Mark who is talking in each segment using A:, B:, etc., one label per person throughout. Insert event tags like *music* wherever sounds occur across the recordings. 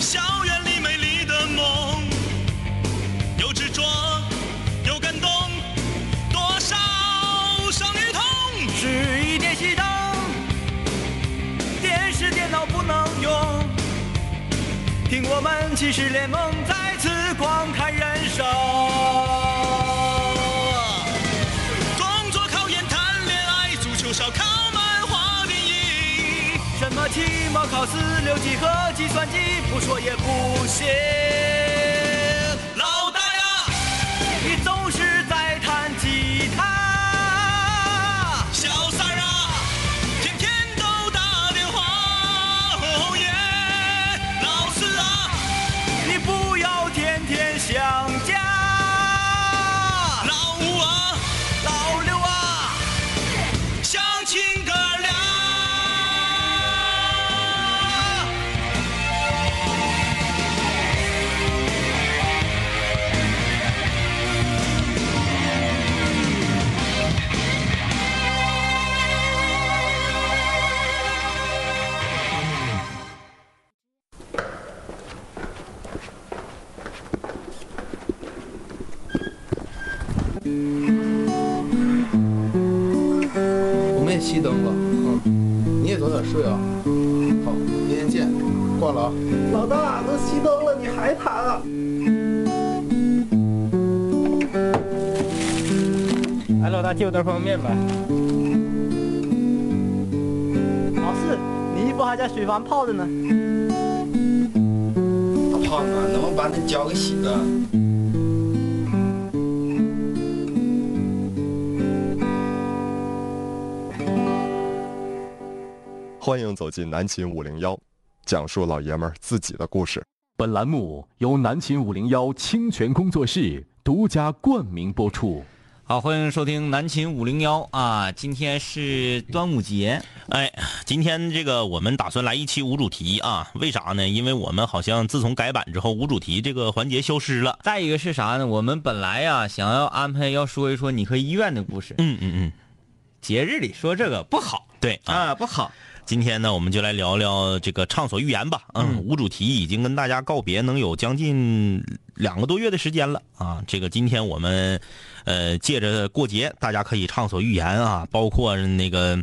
A: 校园里美丽的梦，有执着，有感动，多少少女痛。
B: 是一电熄灯，电视电脑不能用，听我们骑士联盟再次光看人生。
A: 工作、考研、谈恋爱，足球、烧烤、漫画、电影，
B: 什么期末考四六级和计算机，不说也不行。
A: 老大呀，
B: 你总是在弹吉他，
A: 小三儿啊，天天都打电话。哦耶，老四啊，
B: 你不要天天想家。
A: 老五啊，
B: 老六啊，
A: 相亲哥俩。
C: 我们也熄灯了，嗯，你也早点睡啊。好，明天见，挂了啊。
D: 老大都熄灯了，你还弹啊？
E: 哎，老大借我袋方便面呗。
B: 老四，你衣服还在水房泡着呢。
F: 大胖子，能不能把那脚给洗了？
G: 欢迎走进南秦五零幺，讲述老爷们儿自己的故事。
H: 本栏目由南秦五零幺清泉工作室独家冠名播出。
I: 好，欢迎收听南秦五零幺啊！今天是端午节，
J: 哎，今天这个我们打算来一期无主题啊？为啥呢？因为我们好像自从改版之后，无主题这个环节消失了。
I: 再一个是啥呢？我们本来呀、想要安排要说一说你和医院的故事，
J: 嗯嗯嗯，
I: 节日里说这个不好
J: 对啊。
I: 啊，不好。
J: 今天呢，我们就来聊聊这个畅所欲言吧。嗯，无主题已经跟大家告别，能有将近两个多月的时间了啊。这个今天我们，呃，借着过节，大家可以畅所欲言啊，包括那个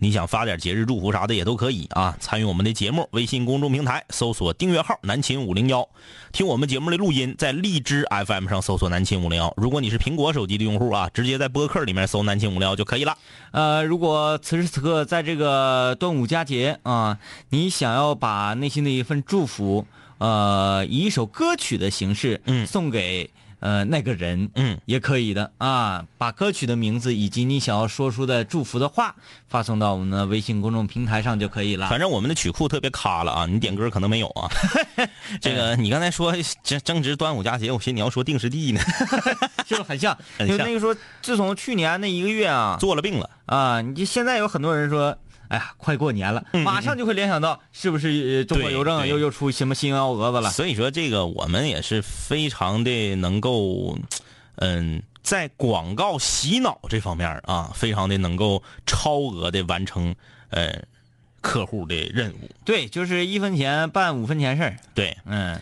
J: 你想发点节日祝福啥的也都可以啊。参与我们的节目，微信公众平台搜索订阅号“南秦五零幺”，听我们节目的录音，在荔枝 FM 上搜索“南秦五零幺”。如果你是苹果手机的用户啊，直接在播客里面搜“南秦五零幺”就可以了。
I: 呃，如果此时此刻在这个端午佳节啊，你想要把内心的一份祝福，呃，以一首歌曲的形式，
J: 嗯
I: 送给呃那个人，
J: 嗯，
I: 也可以的啊。把歌曲的名字以及你想要说出的祝福的话，发送到我们的微信公众平台上就可以了。
J: 反正我们的曲库特别卡了啊，你点歌可能没有
I: *laughs*
J: 啊。这个你刚才说这正值端午佳节，我寻思你要说定时地呢，
I: 啊就是很像，
J: 很
I: 就
J: 像
I: 那个说，自从去年那一个月啊，
J: 做了病了。
I: 啊，你就现在有很多人说，哎呀，快过年了，马上就会联想到是不是呃中国
J: 嗯对
I: 邮政
J: 对
I: 又又出什么新幺蛾子了？
J: 所以说这个我们也是非常的能够，嗯，在广告洗脑这方面啊，非常的能够超额的完成呃客户的任务。
I: 对，就是一分钱办五分钱事儿。
J: 对，
I: 嗯，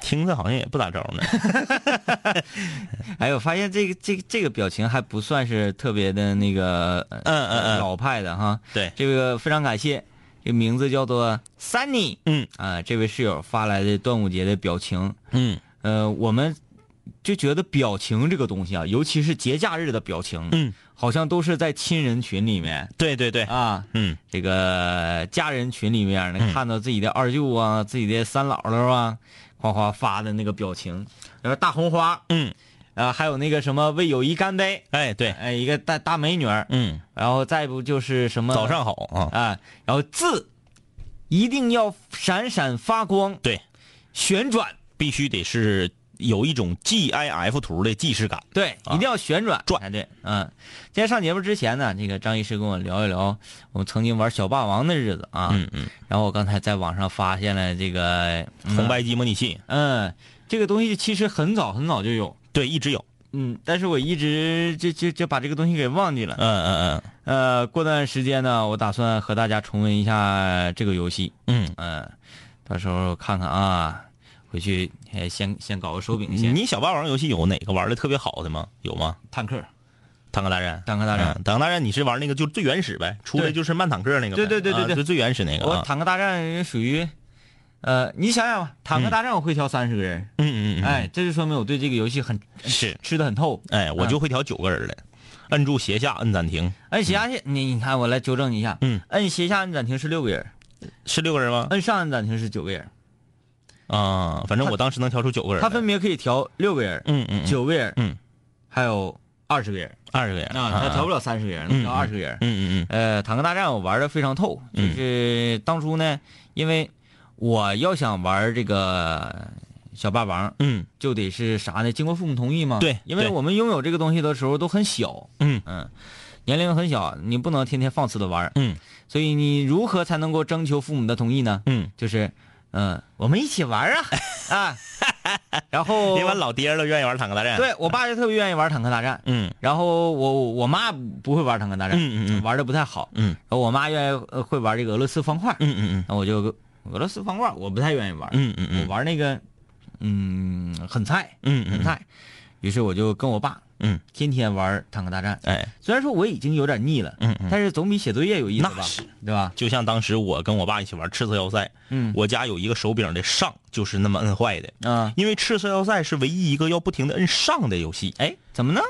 J: 听着好像也不咋着呢。
I: 哎，我发现这个这个这个表情还不算是特别的那个，嗯
J: 嗯嗯嗯
I: 老派的哈。
J: 对
I: 这个非常感谢，这个名字叫做 Sunny
J: 嗯
I: 啊，这位室友发来的端午节的表情，
J: 嗯
I: 呃，我们就觉得表情这个东西啊，尤其是节假日的表情，
J: 嗯，
I: 好像都是在亲人群里面
J: 对对对，
I: 啊，
J: 嗯
I: 这个家人群里面呢，
J: 嗯
I: 看到自己的二舅啊、自己的三姥姥啊，夸夸发的那个表情，然后大红花，
J: 嗯，
I: 啊，还有那个什么为友谊干杯，
J: 哎对，
I: 哎，一个大大美女儿，
J: 嗯，
I: 然后再不就是什么
J: 早上好啊，
I: 啊，然后字一定要闪闪发光，
J: 对，
I: 旋转，
J: 必须得是有一种 GIF 图的既视感。
I: 对，
J: 啊
I: 一定要旋转
J: 转
I: 哎，对，嗯，今天上节目之前呢，这个张医师跟我聊一聊我们曾经玩小霸王的日子啊，
J: 嗯嗯，
I: 然后我刚才在网上发现了这个嗯
J: 红白机模拟器，
I: 嗯，这个东西其实很早很早就有，
J: 对，一直有。
I: 嗯，但是我一直就就就把这个东西给忘记了。
J: 嗯嗯
I: 呃，过段时间呢，我打算和大家重温一下这个游戏，
J: 嗯嗯
I: 嗯，到时候看看啊，回去哎先先搞个手柄先。
J: 你小霸王游戏有哪个玩的特别好的吗？有吗？
I: 坦克，
J: 坦克大战，
I: 坦克大战
J: 嗯，坦克大战，你是玩那个就最原始呗，出来
I: 对
J: 就是慢坦克那个呗，
I: 对对对对
J: 啊
I: 对
J: 就最原始那个
I: 我
J: 啊，
I: 坦克大战属于，呃，你想想吧，坦克大战我会调三十个人，
J: 嗯嗯嗯，
I: 哎，这就说明我对这个游戏很
J: 是，
I: 吃的很透。
J: 哎，我就会调九个人的，摁住斜下摁暂停，
I: 摁斜哎下去，你你看我来纠正你一下，
J: 嗯，
I: 摁斜下按暂停是六个人，
J: 是六个人吗？
I: 摁上按暂停是九个人，
J: 啊，反正我当时能调出九个人来，
I: 它分别可以调六个人、
J: 嗯嗯
I: 九个人，
J: 嗯，
I: 还有二十个人
J: 二十个人
I: 啊，它调不了三十个人，
J: 嗯
I: 调二十个人。
J: 嗯嗯
I: 呃，坦克大战我玩的非常透，就
J: 嗯
I: 是当初呢，因为我要想玩这个小霸王，
J: 嗯
I: 就得是啥呢？经过父母同意嘛。
J: 对
I: 因为
J: 对
I: 我们拥有这个东西的时候都很小，
J: 嗯
I: 嗯，年龄很小，你不能天天放肆的玩，
J: 嗯，
I: 所以你如何才能够征求父母的同意呢？
J: 嗯
I: 就是，嗯，我们一起玩啊啊，
J: *laughs*
I: 然
J: 嗯，
I: 后
J: 连完老爹都愿意玩坦克大战，，
I: 哦对我爸就特别愿意玩坦克大战，
J: 嗯
I: 然后我我妈不会玩坦克大战，
J: 嗯嗯嗯
I: 玩的不太好，
J: 嗯
I: 然后我妈愿意呃会玩这个俄罗斯方块，
J: 嗯嗯
I: 那我就俄罗斯方块我不太愿意玩，
J: 嗯嗯嗯
I: 我玩那个嗯很菜，
J: 嗯嗯
I: 很菜，于是我就跟我爸
J: 嗯，
I: 天天玩坦克大战，
J: 哎，
I: 虽然说我已经有点腻了，
J: 嗯嗯
I: 但是总比写作业有意思
J: 那
I: 吧，
J: 是
I: 对吧？
J: 就像当时我跟我爸一起玩赤色要塞，
I: 嗯
J: 我家有一个手柄的上就是那么摁坏的，
I: 啊、
J: 因为赤色要塞是唯一一个要不停的摁上的游戏，哎，
I: 怎么呢？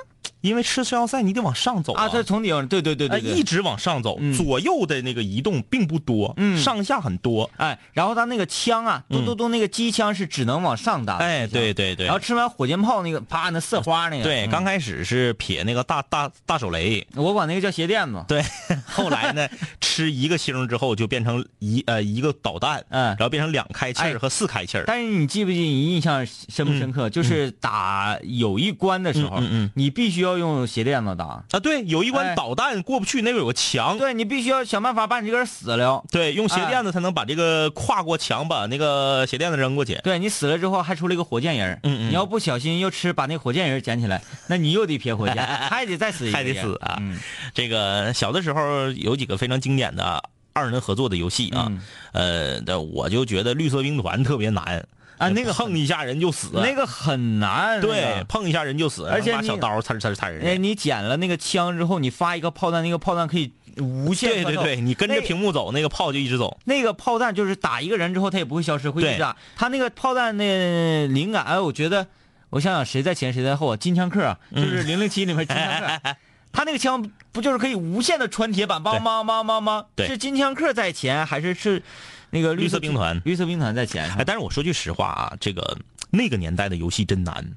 J: 因为赤色要塞你得往上走
I: 啊，他从顶，对对对
J: 哎
I: 对对，
J: 一直往上走，
I: 嗯
J: 左右的那个移动并不多，
I: 嗯
J: 上下很多，
I: 哎，然后他那个枪啊，
J: 嗯
I: 咚咚咚，那个机枪是只能往上打的，
J: 哎，
I: 机枪
J: 对。对对，
I: 然后吃完火箭炮那个，啪，那射花那个，
J: 对，
I: 嗯
J: 刚开始是撇那个大大大手雷，
I: 我管那个叫鞋垫子， *laughs*
J: 对，后来呢，吃一个星之后就变成一呃一个导弹，
I: 嗯
J: 然后变成两开气
I: 哎
J: 儿和四开气儿，
I: 但是你记不记？你印象深不深刻？就是打有一关的时候，
J: 嗯嗯嗯
I: 你必须要用鞋垫子打。
J: 啊，对，有一
I: 哎
J: 关导弹过不去，那边有个墙，
I: 对你啊必须要想办法把你这个人死了。
J: 对，用鞋垫子才能把这个跨过墙，把那个鞋垫子扔过去。
I: 对你死了之后还出了一个火箭人儿，
J: 嗯嗯
I: 你要不小心又吃把那火箭人捡起
J: *laughs*
I: 来，那你又得撇火箭，还得再死一个
J: 还得
I: 人
J: 死啊
I: 嗯
J: 这个小的时候有几个非常经典的二人合作的游戏啊，
I: 嗯
J: 呃，但我就觉得绿色兵团特别难
I: 啊那个
J: 碰一下人就死，啊
I: 那个很难。
J: 对，碰一下人就死，
I: 而且
J: 拿
I: 你
J: 小刀刺儿刺儿刺儿
I: 那个，哎，
J: 人。
I: 你捡了那个枪之后，你发一个炮弹，那个炮弹可以无限
J: 对
I: 发
J: 对
I: 射
J: 对，你跟着
I: 那
J: 屏幕走，那个炮就一直走。
I: 那个炮弹就是打一个人之后，它也不会消失，会一直
J: 对
I: 打。它那个炮弹的灵感，哎，我觉得，我想想谁在前谁在后啊？金枪客啊，
J: 嗯
I: 就是零零七里面金枪
J: *laughs*
I: 客，他那个枪不就是可以无限的穿铁板，梆
J: 对
I: 梆梆梆梆？
J: 对
I: 是金枪客在前，还是是那个
J: 绿色兵团
I: 绿色兵团在前？
J: 哎，但是我说句实话啊，这个那个年代的游戏真难，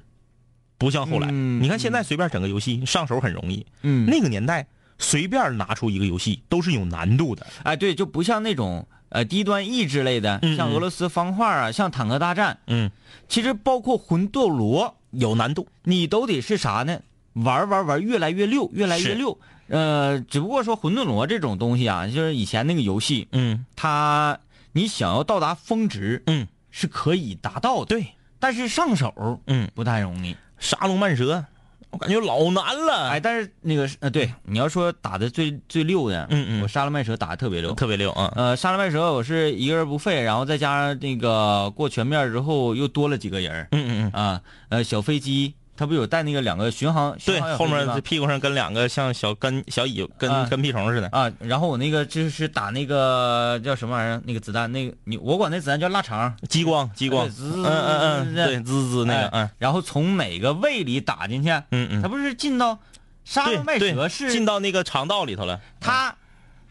J: 不像后来。
I: 嗯
J: 你看现在随便整个游戏上手很容易，
I: 嗯
J: 那个年代随便拿出一个游戏都是有难度的。
I: 哎，对，就不像那种呃低端 E 之类的，
J: 嗯
I: 像俄罗斯方块啊，像坦克大战，
J: 嗯，
I: 其实包括魂斗罗，
J: 有难度。
I: 你都得是啥呢？玩儿玩儿玩儿，越来越溜，越来越
J: 是
I: 溜。呃，只不过说魂斗罗这种东西啊，就是以前那个游戏，
J: 嗯
I: 它你想要到达峰值
J: 嗯，
I: 是可以达到的，
J: 对，
I: 但是上手
J: 嗯，
I: 不太容易。
J: 沙龙慢蛇，我感觉老难了。
I: 哎，但是那个是呃，对，你要说打的最最溜的，
J: 嗯嗯
I: 我杀了麦蛇打的特别溜。
J: 特别溜啊。
I: 呃，杀了麦蛇我是一个人不废，然后再加上那个过全面之后又多了几个人儿
J: 嗯嗯嗯，
I: 啊，呃，小飞机，它不有带那个两个巡航？巡
J: 对，
I: 航小
J: 后
I: 飞机
J: 面
I: 吗
J: 这屁股上跟两个像小跟小蚁跟、
I: 啊
J: 跟屁虫似的。
I: *laughs* 啊，然后我那个就是打那个叫什么玩意儿，那个子弹，那个你我管那子弹叫腊肠，
J: 激光，激光，
I: 对哎滋
J: 嗯嗯嗯，对，滋滋那个，
I: 哎
J: 嗯
I: 然后从每个胃里打进去，
J: 嗯嗯
I: 它不是进到沙漠麦
J: 对对
I: 蛇是
J: 进到那个肠道里头了。
I: 它，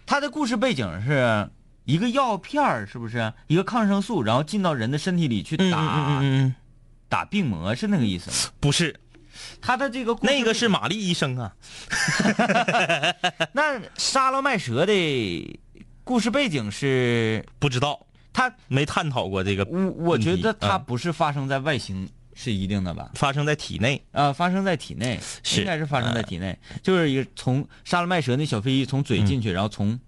I: 它的故事背景是一个药片儿，是不是一个抗生素，然后进到人的身体里去
J: 嗯嗯
I: 打
J: 嗯嗯
I: 打病魔，是那个意思吗？
J: 嗯，不是，
I: 它的这个故事
J: 那个是
I: 背景
J: 玛丽医生啊。
I: 那沙漏麦蛇的故事背景是
J: 不知道，
I: 它，
J: 没探讨过这个
I: 我我觉得它
J: 嗯
I: 不是发生在外星。是一定的吧？
J: 发生在体内。 *laughs*
I: 啊，发生在体内，
J: 是呃
I: 应该是发生在体内，就是一个从杀了麦蛇那小飞机从嘴进
J: 嗯
I: 去，然后从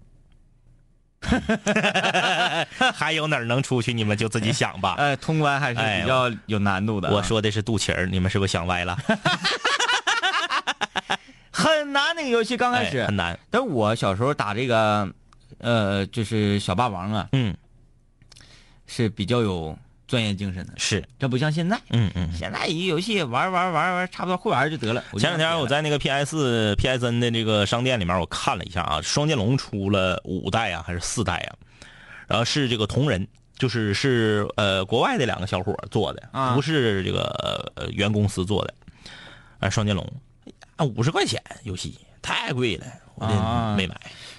J: 还有哪儿能出去，你们就自己想吧。
I: 呃通关还是
J: 啊哎
I: 比较有难度的啊、
J: 我说的是肚脐儿，你们是不是想歪了？
I: 很难，那个游戏刚开始、
J: 哎很难。
I: 但我小时候打这个，呃，就是小霸王啊，
J: 嗯
I: 是比较有钻研精神的，
J: 是，
I: 这不像现在，
J: 嗯嗯。
I: 现在一游戏玩玩玩玩，差不多会玩就得了。就
J: 前两天我
I: 想
J: 在那个 PS、PSN 的这个商店里面，我看了一下啊，双剑龙出了五代啊，还是四代啊？然后是这个同人，就是是呃国外的两个小伙做的，
I: 啊
J: 不是这个呃原公司做的。啊，双剑龙，啊五十块钱游戏太贵了，我
I: 啊
J: 这没买。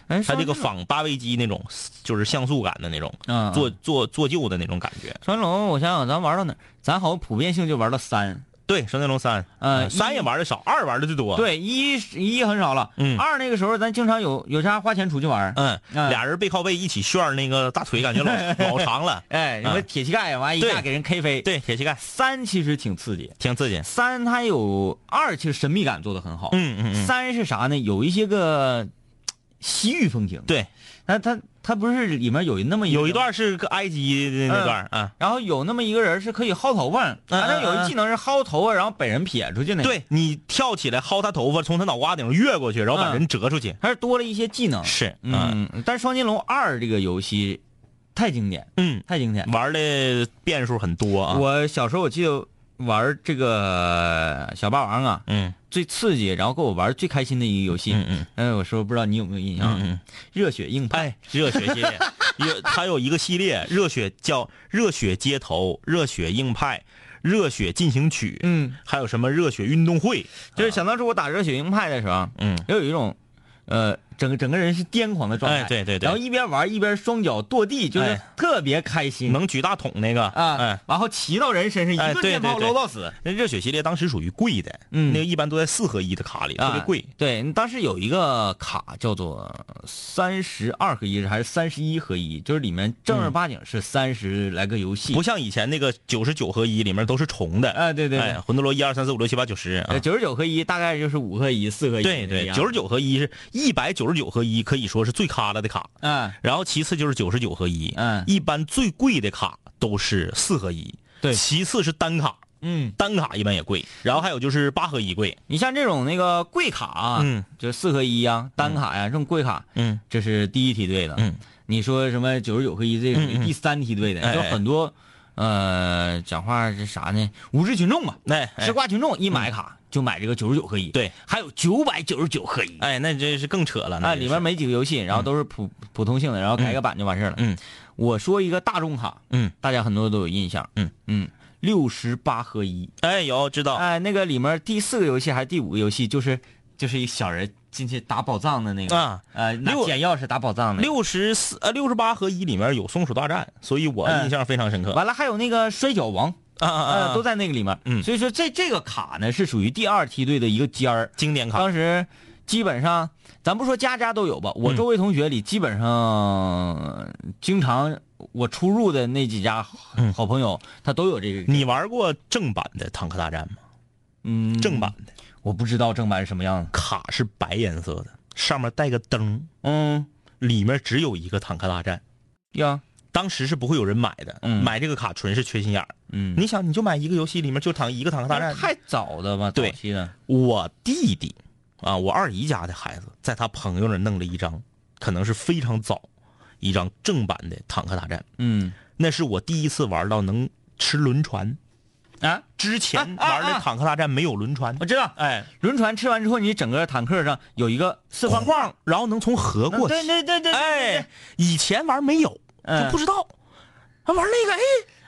I: 哎，
J: 它
I: 双
J: 这个
I: 剑
J: 仿八维机那种，就是像素感的那种，
I: 嗯嗯
J: 做做做旧的那种感觉。
I: 传龙，我想想，咱玩到哪儿？咱好像普遍性就玩到三，
J: 对，《双剑龙三》
I: 呃
J: 嗯三
I: 一
J: 也玩的少，二玩的最多。，
I: 对，一是一很少了，
J: 嗯
I: 二那个时候咱经常有有啥花钱出去玩儿，
J: 嗯，
I: 嗯
J: 俩人背靠背一起炫那个大腿，感觉老老长了。
I: 哎，什么
J: 嗯
I: 铁膝盖完一下
J: 对
I: 给人 K 飞，，
J: 对，铁膝盖
I: 三其实挺刺激，
J: 挺刺激。
I: 三它有二其实神秘感做的很好，
J: 嗯嗯嗯，
I: 三是啥呢？有一些个西域风情，，
J: 对，
I: 它它它不是里面有那么个
J: 有一，段是个埃及的那段啊。
I: 然后有那么一个人是可以薅头发，
J: 嗯
I: 反正有
J: 嗯
I: 一技能是薅头发，然后被人撇出去那个，，
J: 对你跳起来薅他头发，从他脑瓜顶上越过去，然后把
I: 嗯
J: 人折出去。
I: 它是多了一些技能，
J: 是，嗯
I: 嗯，但是《双金龙二》这个游戏太经典，
J: 嗯，
I: 太经典。
J: 玩的变数很多啊。
I: 我小时候我记得玩这个小霸王啊，
J: 嗯
I: 最刺激，然后给我玩最开心的一个游戏。
J: 嗯嗯
I: 哎，我说不知道你有没有印象啊？
J: 嗯嗯，
I: 热血硬派，
J: 哎，热血系列有它有一个系列，热血叫热血街头、热血硬派、热血进行曲，
I: 嗯，
J: 还有什么热血运动会，
I: 就是想当初我打热血硬派的时候，
J: 啊
I: 啊
J: 嗯，
I: 也有一种。呃，整个整个人是癫狂的状态，
J: 哎对对对
I: 然后一边玩一边双脚跺地，就是
J: 哎
I: 特别开心、
J: 能举大桶那个
I: 嗯啊、
J: 哎，
I: 然后骑到人身上，
J: 哎
I: 一个
J: 对
I: 电炮
J: 对对
I: 搂到死，
J: 那热血系列当时属于贵的，
I: 嗯
J: 那个一般都在四合一的卡里，特别贵
I: 啊。。对，当时有一个卡叫做三十二合一还是三十一合一，就是里面正儿八经是三十来个游戏。
J: 不像以前那个九十九合一里面都是重的，
I: 啊对对对
J: 哎，魂斗罗一二三四五六七八九十啊，
I: 九十九合一大概就是五合一、四合一。啊
J: 对对，九十九合一是一百九十九合一，可以说是最卡了的卡，
I: 嗯，
J: 然后其次就是九十九合一，
I: 嗯
J: 一般最贵的卡都是四合一，
I: 对
J: 其次是单卡，
I: 嗯，
J: 单卡一般也贵，然后还有就是八合一贵，
I: 你像这种那个贵卡啊，
J: 嗯，
I: 就是四合一啊、单卡呀、这种贵卡，
J: 嗯，
I: 这是第一梯队的。
J: 嗯，
I: 你说什么九十九合一，这属于第三梯队的，
J: 哎
I: 就很多呃，讲话是啥呢？无知群众吧。
J: 那、哎
I: 吃瓜群众一买卡就买这个九十九合一，
J: 对，
I: 还有九百九十九合一，
J: 哎，那这是更扯了，那
I: 哎，
J: 这
I: 里
J: 是
I: 面没几个游戏，然后都是普普通性的，然后改个版就完事儿了。
J: 嗯，
I: 我说一个大众卡，
J: 嗯，
I: 大家很多都有印象，
J: 嗯
I: 嗯，六十八合一，
J: 哎有知道，
I: 哎，那个里面第四个游戏还是第五个游戏，就是就是一小人进去打宝藏的那个
J: 啊
I: 呃，拿
J: 六
I: 捡钥匙打宝藏的。
J: 六十四呃六十八合一里面有松鼠大战，所以我
I: 嗯
J: 印象非常深刻。
I: 完了，还有那个摔跤王，
J: 啊啊
I: 呃，都在那个里面。
J: 嗯
I: 所以说这这个卡呢是属于第二梯队的一个尖儿，
J: 经典卡，
I: 当时基本上，咱不说家家都有吧，我
J: 嗯
I: 周围同学里基本上、呃经常我出入的那几家好好朋友，他都有这个。
J: 嗯你玩过正版的坦克大战吗？
I: 嗯，
J: 正版的
I: 我不知道正版是什么样的。
J: 卡是白颜色的，上面带个灯，
I: 嗯
J: 里面只有一个坦克大战。
I: 呀，
J: 当时是不会有人买的，
I: 嗯
J: 买这个卡纯是缺心眼儿。
I: 嗯，
J: 你想，你就买一个游戏里面就躺一个坦克大战。
I: 太早的吧？
J: 对
I: 早期的。
J: 我弟弟啊，我二姨家的孩子，在他朋友那儿弄了一张，可能是非常早，一张正版的坦克大战。
I: 嗯
J: 那是我第一次玩到能吃轮船，
I: 啊，
J: 之前
I: 啊啊
J: 玩的坦克大战没有轮船，
I: 我知道。
J: 哎，
I: 轮船吃完之后，你整个坦克上有一个四方框。
J: 然后能从河过去。
I: 嗯对对对对，对
J: 哎，，以前玩没有，
I: 嗯
J: 就不知道。还玩那个，哎，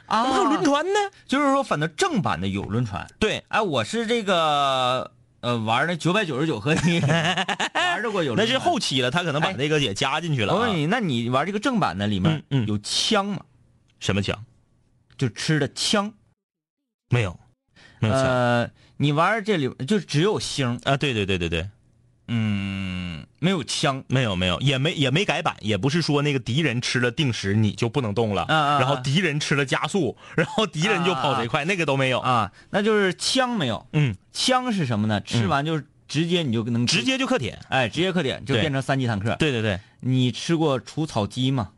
I: 啊，
J: 怎么还有轮船呢？
I: 就是说，反正正版的有轮船，
J: 对，
I: 哎，我是这个呃玩儿那九百九十九
J: *laughs*
I: 合一，玩着过有。哎
J: 那是后。期了，他可能把那个也加进去了
I: 我
J: 啊。
I: 问你，那你玩这个正版的里面
J: 嗯嗯
I: 有枪吗？
J: 什么枪？
I: 就吃的枪。
J: 没有，没有枪、
I: 呃，你玩这里就只有星，
J: 啊！对对对对对，
I: 嗯，没有枪。
J: 没有没有，也没也没改版，也不是说那个敌人吃了定时你就不能动了，
I: 啊啊啊
J: 然后敌人吃了加速，然后敌人就跑贼快，那个都没有。
I: 啊，那就是枪没有。
J: 嗯，
I: 枪是什么呢？吃完就是直接你就能
J: 直，接就克铁。
I: 哎，直接克点就
J: 对
I: 变成三级坦克。
J: 对对对，
I: 你吃过除草
J: *laughs*
I: 机吗？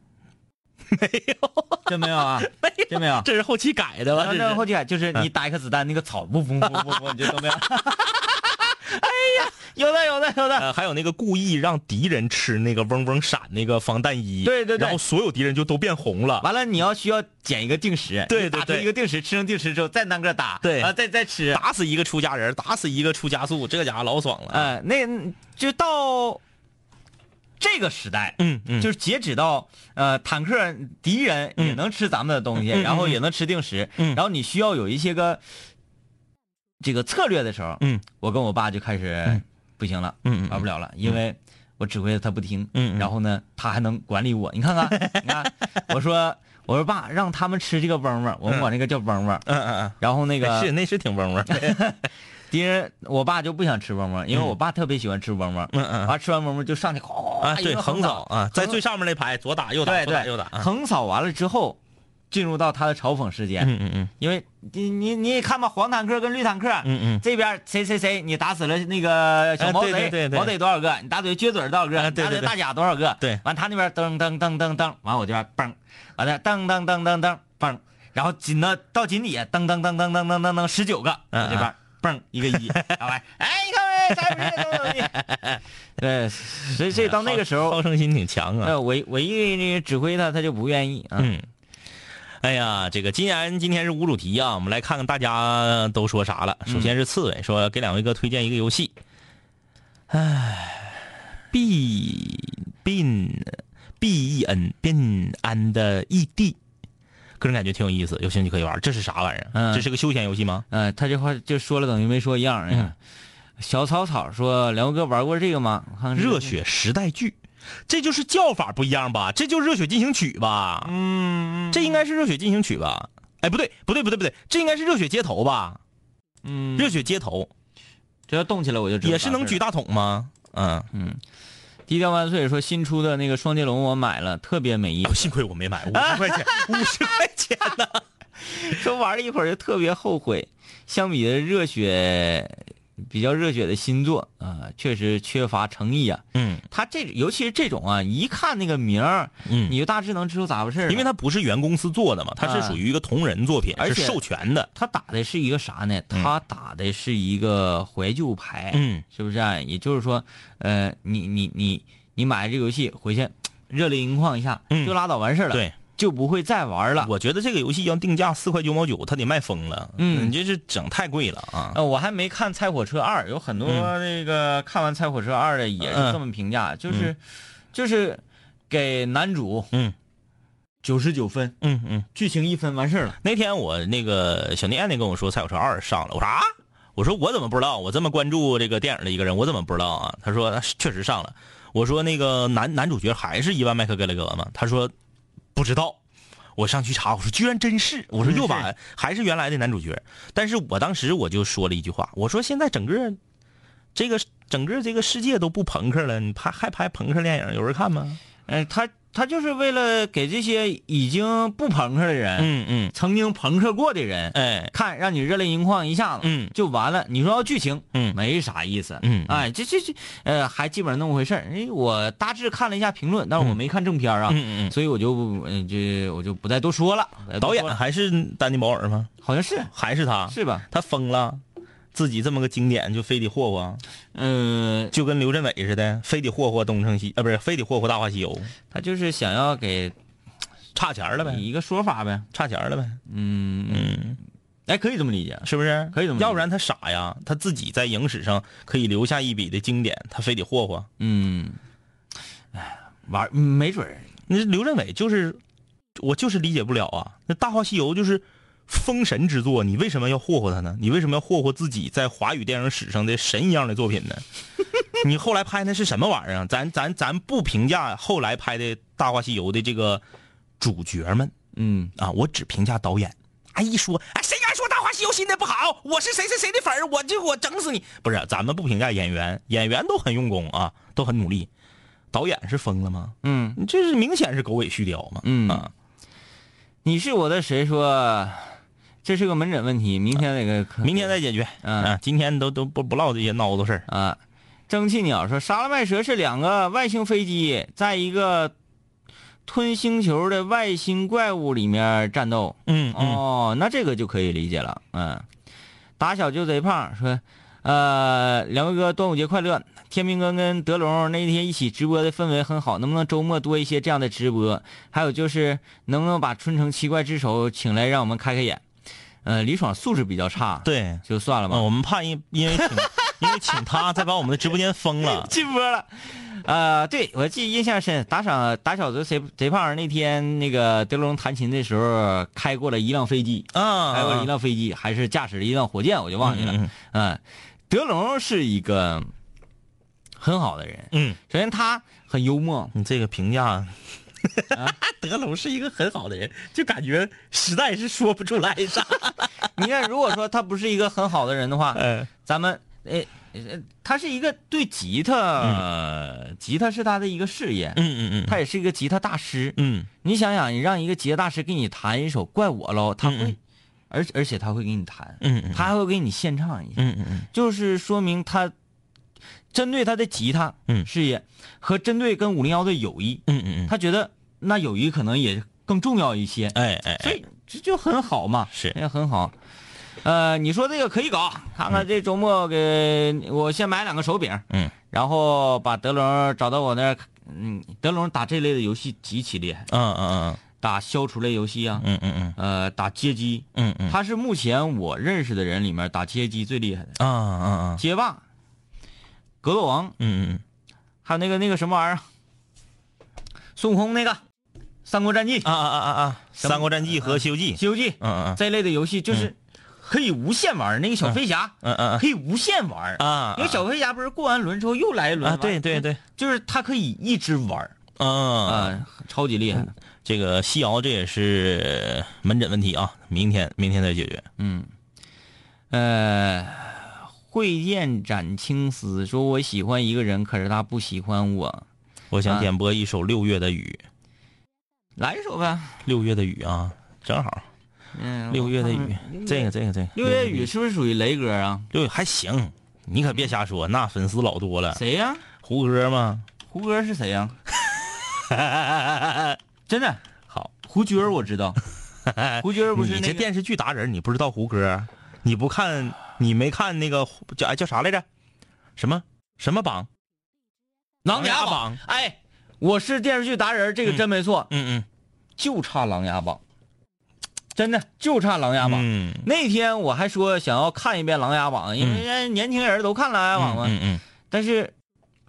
I: 没有， *laughs* 真没有啊，没有，真没有。
J: *laughs* 这是后期改的吧？这
I: 然后
J: 是嗯
I: 那个
J: *laughs*
I: 后期啊就是你打一颗子弹，那个草不嗡嗡嗡嗡，你就都没有。哎呀，有的有的有的，
J: 呃，还有那个故意让敌人吃那个嗡嗡闪那个防弹衣，
I: 对对对
J: 然后所有敌人就都变红了。
I: *laughs* 完了你要需要捡一个定时，
J: 对
I: 你打
J: 对
I: 出
J: 对
I: 一个定时，吃成定时之后再拿个打，
J: 对
I: 啊再再吃，
J: 打死一个出家人，打死一个出加速，这家伙老爽了。
I: 呃，那就到这个时代，
J: 嗯嗯
I: 就是截止到呃坦克敌人也能吃咱们的东西，
J: 嗯嗯
I: 然后也能吃定时，
J: 嗯
I: 然后你需要有一些个这个策略的时候，
J: 嗯，
I: 我跟我爸就开始、不行了，
J: 嗯嗯嗯
I: 玩不了了，因为我指挥他不听，
J: 嗯嗯
I: 然后呢，他还能管理我，你看看，
J: *laughs*
I: 你看，我说我说爸，让他们吃这个嗡嗡，我们管这个叫嗡嗡，
J: 嗯嗯
I: 然后
J: 嗯，
I: 那个
J: 是那是挺嗡
I: *laughs*
J: 嗡的。嗯
I: 敌人，我爸就不想吃嗡嗡，因为我爸特别喜欢吃嗡嗡。
J: 嗯嗯
I: 完吃完嗡嗡就上去，哗哗哗
J: 啊，对，
I: 一顿
J: 横扫啊，在最上面那排左打右打，
I: 对
J: 左打
I: 对
J: 右打。啊
I: 横扫完了之后，进入到他的嘲讽时间。
J: 嗯嗯嗯
I: 因为你你你也看吧，黄坦克跟绿坦克，
J: 嗯嗯
I: 这边谁谁谁，你打死了那个小毛贼，
J: 哎对对对对
I: 毛贼多少个？你打嘴撅嘴多少个？
J: 哎对对对
I: 你打嘴大甲多少个？
J: 对
I: 完他那边噔噔噔噔噔，完我这边嘣，完了噔噔噔噔噔嘣，然后紧到到井底下噔噔噔噔噔噔噔噔十九个，我
J: 嗯
I: 这边嘣一个一，然后来哎你看没？咱们这都有你对，所以所以到那个时
J: 好
I: 候，
J: 胜心挺强啊。
I: 呃，我一我一那个指挥他，他就不愿意啊。
J: 嗯，哎呀，这个既然今天是无主题啊，我们来看看大家都说啥了。
I: 嗯
J: 首先是刺猬说给两位哥推荐一个游戏，哎，b bin b e n bin and e d，个人感觉挺有意思，有兴趣可以玩。这是啥玩意儿？
I: 嗯
J: 这是个休闲游戏吗？
I: 呃，他这话就说了等于没说一样。哎
J: 嗯
I: 呀小草草说：“梁哥玩过这个吗？我看看这个
J: 热血时代剧，这就是叫法不一样吧？这就是《热血进行曲》吧？嗯，这应该是《热血进行曲》吧？哎，不对，不对，不对，不对，这应该是《热血街头》吧？嗯，《热血街头
I: 这要动起来我就知》道
J: 也是能举
I: 大
J: 大桶吗？嗯，
I: 事儿。低调万岁说新出的那个双截龙我买了，特别没意
J: 哎呦幸亏我没买，五十块钱，五十块钱呢。
I: 思， *laughs* 说玩了一会儿就特别后悔。相比的热血，比较热血的新作啊、确实缺乏诚意啊。
J: *laughs* 嗯
I: 他这尤其是这种啊，一看那个名儿，
J: 嗯
I: 你就大致能知道咋回事儿了
J: 因为它不是原公司做的嘛，它是属于一个同人作品，
I: 而
J: 啊是
I: 且
J: 授权的。
I: 他打的是一个啥呢？他打的是一个怀旧牌，
J: 嗯，
I: 是不是、啊？也就是说，呃，你你你你买这个游戏回去，热泪盈眶一下，
J: 嗯
I: 就拉倒完事儿了，
J: 对，
I: 就不会再玩了。
J: 我觉得这个游戏要定价四块九毛九，它得卖疯了。
I: 嗯
J: 你这是整太贵了啊！
I: 呃，我还没看《菜火车二》，有很多
J: 嗯
I: 那个看完《菜火车二》的也是这么评价，就是就是给男主
J: 嗯
I: 九十九分，
J: 嗯嗯。
I: 剧情一分完事儿了。
J: 那天我那个小念念跟我说《菜火车二》上了，我说啊，我说我怎么不知道？我这么关注这个电影的一个人，我怎么不知道啊？他说确实上了。我说那个男男主角还是伊万麦克格雷格吗？他说不知道。我上去查，我说居然真是，我说又把还是原来的男主角。但是我当时我就说了一句话，我说现在整个这个整个这个世界都不朋克了，你拍还拍朋克电影，有人看吗？
I: 嗯、他他就是为了给这些已经不朋克的人，
J: 嗯嗯，
I: 曾经朋克过的人，
J: 哎，
I: 看让你热泪盈眶一下子，
J: 嗯
I: 就完了。你说要剧情，
J: 嗯
I: 没啥意思，
J: 嗯
I: 哎，这这这，呃，还基本上那么回事儿。因为我大致看了一下评论，但是我没看正片儿啊，
J: 嗯嗯嗯
I: 所以我就不嗯，这我就不再多说了。呃不再多
J: 导
I: 说
J: 演嗯
I: 了
J: 还是丹尼保尔吗？
I: 好像是
J: 还是他？
I: 是吧？
J: 他疯了，自己这么个经典就非得霍霍，
I: 嗯，
J: 就跟刘镇伟似的，非得霍霍东城西啊，不是非得霍霍大话西游，
I: 他就是想要给
J: 差钱了呗，
I: 一个说法呗，
J: 差钱了呗，
I: 嗯，
J: 嗯，
I: 哎，可以这么理解，
J: 是不是？
I: 可以这么理解
J: 要不然他傻呀，他自己在影史上可以留下一笔的经典，他非得霍霍。
I: 嗯，哎，玩儿没准儿，
J: 那刘镇伟就是，我就是理解不了啊，那大话西游就是。封神之作，你为什么要霍霍他呢？你为什么要霍霍自己在华语电影史上的神一样的作品
I: *laughs*
J: 呢？你后来拍那是什么玩意儿啊？咱咱咱不评价后来拍的《大话西游》的这个主角们
I: 嗯，
J: 啊，我只评价导演。哎，一说哎，谁敢说《大话西游》新的不好？我是谁谁谁的粉儿，我就我整死你！不是，咱们不评价演员，演员都很用功啊，都很努力。导演是疯了吗？
I: 嗯，
J: 这是明显是狗尾续貂嘛。
I: 嗯
J: 啊，
I: 你是我的谁说？这是个门诊问题，明天那个
J: 明天再解决。
I: 嗯
J: 啊，今天都都不不唠这些孬子事儿。
I: 啊，蒸汽鸟说沙拉麦蛇是两个外星飞机在一个吞星球的外星怪物里面战斗。哦
J: 嗯嗯
I: 哦，那这个就可以理解了。嗯，打小就贼胖，说呃，两位哥，端午节快乐！天明哥跟德龙那一天一起直播的氛围很好，能不能周末多一些这样的直播？还有就是，能不能把春城七怪之首请来，让我们开开眼？呃，李爽素质比较差，，
J: 对，
I: 就算了吧。
J: 嗯，我们怕因因
I: *laughs*
J: 为请因为请他再把我们的直播间封了。
I: 进播了。呃，对我记忆印象深，打赏打小子贼贼胖那天，那个德龙弹琴的时候开过了一辆飞机，
J: 啊，
I: 开过了一辆飞机，还是驾驶了一辆火箭，我就忘记了。嗯德龙是一个很好的人，
J: 嗯，
I: 首先他很幽默，
J: 你这个评
I: 啊
J: 价， *laughs* 德龙是一个很好的人，就感觉实在是说不出来
I: *laughs*
J: 啥。
I: 你看，如果说他不是一个很好的人的 *laughs* 话，
J: 嗯
I: 咱们诶。呃他是一个对吉他，吉他是他的一个事业，
J: 嗯嗯
I: 他也是一个吉他大师，
J: 嗯
I: 你想想，你让一个吉他大师给你弹一首《怪我喽》，他会，
J: 嗯嗯
I: 而而且他会给你弹，
J: 嗯嗯
I: 他还会给你现唱一下，
J: 嗯嗯嗯
I: 就是说明他针对他的吉他
J: 嗯
I: 事业和针对跟五零幺的友谊，
J: 嗯嗯嗯，
I: 他觉得那友谊可能也更重要一些，
J: 哎哎
I: 所
J: 哎，
I: 以这就很好嘛，
J: 是
I: 也很好。呃，你说这个可以搞，看看这周末给我先买两个手柄，
J: 嗯，
I: 然后把德龙找到我那儿，嗯，德龙打这类的游戏极其厉害。
J: 嗯嗯
I: 打消除类游戏啊，
J: 嗯嗯嗯
I: 呃，打街机，
J: 嗯嗯
I: 他是目前我认识的人里面打街机最厉害的，
J: 嗯啊啊
I: 街霸、格斗王，
J: 嗯嗯
I: 还有那个那个什么玩意儿，啊孙悟空那个《三国战记》
J: 啊啊啊啊！三国战记和西游记
I: 西，游记》
J: 嗯嗯
I: 这类的游戏，就是可以无限玩儿。那个小飞侠
J: 嗯嗯
I: 可以无限玩儿，
J: 啊
I: 因为小飞侠不是过完轮之后又来一轮
J: 啊，
I: 玩
J: 对对，对，
I: 就是他可以一直玩儿
J: 嗯。
I: 啊，超级厉害的。
J: 这个西瑶这也是门诊问题啊，明天明天再解决。
I: 嗯呃，会见斩青丝说：“我喜欢一个人，可是他不喜欢我。
J: 我想点播一首《六月的雨》，
I: 来一首呗。
J: 六月的雨啊，正好
I: 嗯，
J: 六月的
I: 我看
J: 雨
I: 看，
J: 这个这个这个
I: 六月雨是不是属于雷哥啊？
J: 六月还行，你可别瞎说，那粉丝老多了。
I: 谁呀、
J: 胡歌吗？
I: 胡歌是 *laughs* 谁呀、真的好，胡军儿我知 *laughs* 道，胡军儿不是
J: 你
I: 那
J: 这
I: 个
J: 电视剧达人，你不知道胡歌？你不看，你没看那个胡叫哎叫啥来着？什么什么榜？
I: 琅
J: 琅琊
I: 琊
J: 榜
I: 榜。哎，我是电视剧达人，这个真没错，
J: 嗯
I: 就差琅琊榜，真的就差琅琊
J: 嗯
I: 榜。
J: 嗯
I: 那天我还说想要看一遍《琅琊榜》，因为人家年轻人都看《琅琊榜》嘛。
J: 嗯嗯，
I: 但是，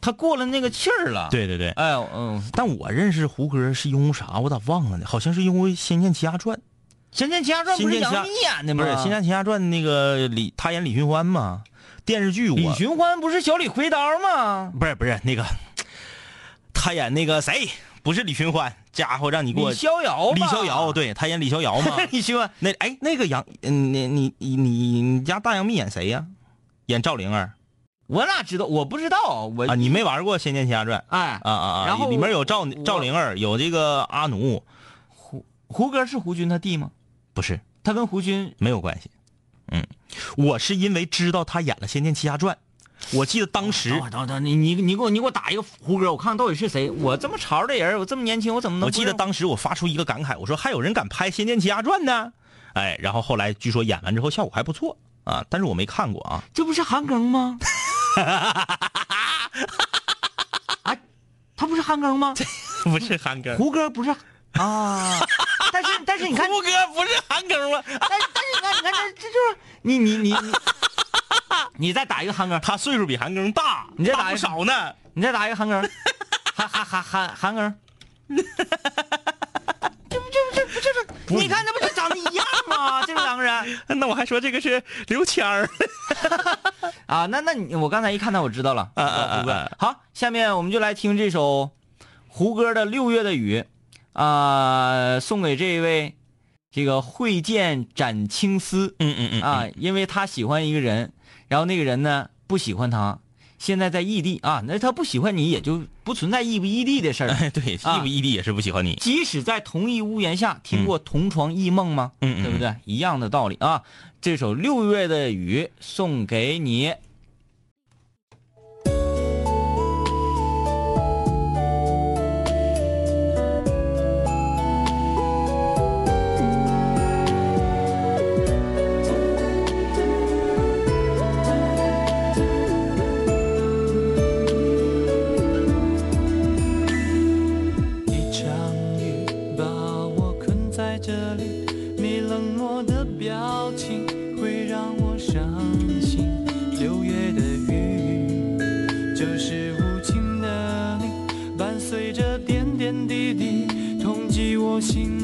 I: 他过了那个气儿了。，
J: 对对对。
I: 哎呦，嗯，
J: 但我认识胡歌是因为啥？我咋忘了呢？好像是因为《仙剑奇侠传
I: 《仙剑奇侠传》不是杨幂演》，的
J: 不
I: 吗？
J: 是《仙剑奇侠传》那个李他演李寻欢嘛？电视剧我
I: 李寻欢不是小李回刀吗？
J: 不是不是那个，他演那个谁？不是李寻欢，家伙让你给我
I: 李逍遥吧，
J: 李逍遥，对他演李逍遥嘛？
I: *laughs* 李逍遥，
J: 那哎，那个杨，嗯，你你你你你家大杨幂演谁呀、演赵灵儿
I: 我哪知道？我不知道，我
J: 啊？你没玩过《仙剑奇侠传》
I: 哎
J: 啊啊啊！
I: 然后
J: 里面有赵
I: 我
J: 赵灵儿，有这个阿奴，
I: 胡歌是胡军他弟吗？
J: 不是
I: 他跟胡军
J: 没有关系。嗯，我是因为知道他演了《仙剑奇侠传》，我记得当时、
I: 等会儿等会儿等会儿，你你你给我你给我打一个胡歌，我看看到底是谁。我这么潮的人，我这么年轻，我怎么能
J: 我
I: 不
J: 记得
I: 认
J: 当时我发出一个感慨，我说还有人敢拍《仙剑奇侠传》呢，哎，然后后来据说演完之后效果还不错啊，但是我没看过啊。
I: 这不是韩庚吗？啊，他不是韩庚吗？
J: *laughs* 不是韩庚，
I: 胡歌不是啊？但是但是你看，
J: 胡歌不是韩庚吗？
I: 但是但是你看你看这这就是你你你你，你再打一个韩庚，
J: 他岁数比韩庚大，
I: 你这
J: 大
I: 打
J: 不
I: 一
J: 少呢。
I: 你再打一个韩庚，韩韩韩韩韩
J: *laughs*
I: 庚。这不这不这不这不，你看这不就长得一样吗？这两个人
J: 那我还说这个是刘谦儿。
I: 啊，那那你我刚才一看到我知道
J: 啊
I: 了，胡歌。好，下面我们就来听这首胡歌的《六月的雨》，啊、送给这一位这个会见斩青丝
J: 嗯嗯 *laughs* 嗯
I: 啊，因为他喜欢一个人，然后那个人呢不喜欢他，现在在异地啊，那他不喜欢你也就不存在异不异地的事儿了。
J: 哎，对，
I: 啊
J: 异不异地也是不喜欢你。
I: 即使在同一屋檐下，听过同床异梦吗？
J: 嗯嗯嗯嗯
I: 对不对？一样的道理啊。这首《六月的雨》送给你。
K: 六
J: 冷漠的表情会让我伤心。六月的雨，就是无情的你，伴随着点点滴滴，痛击我心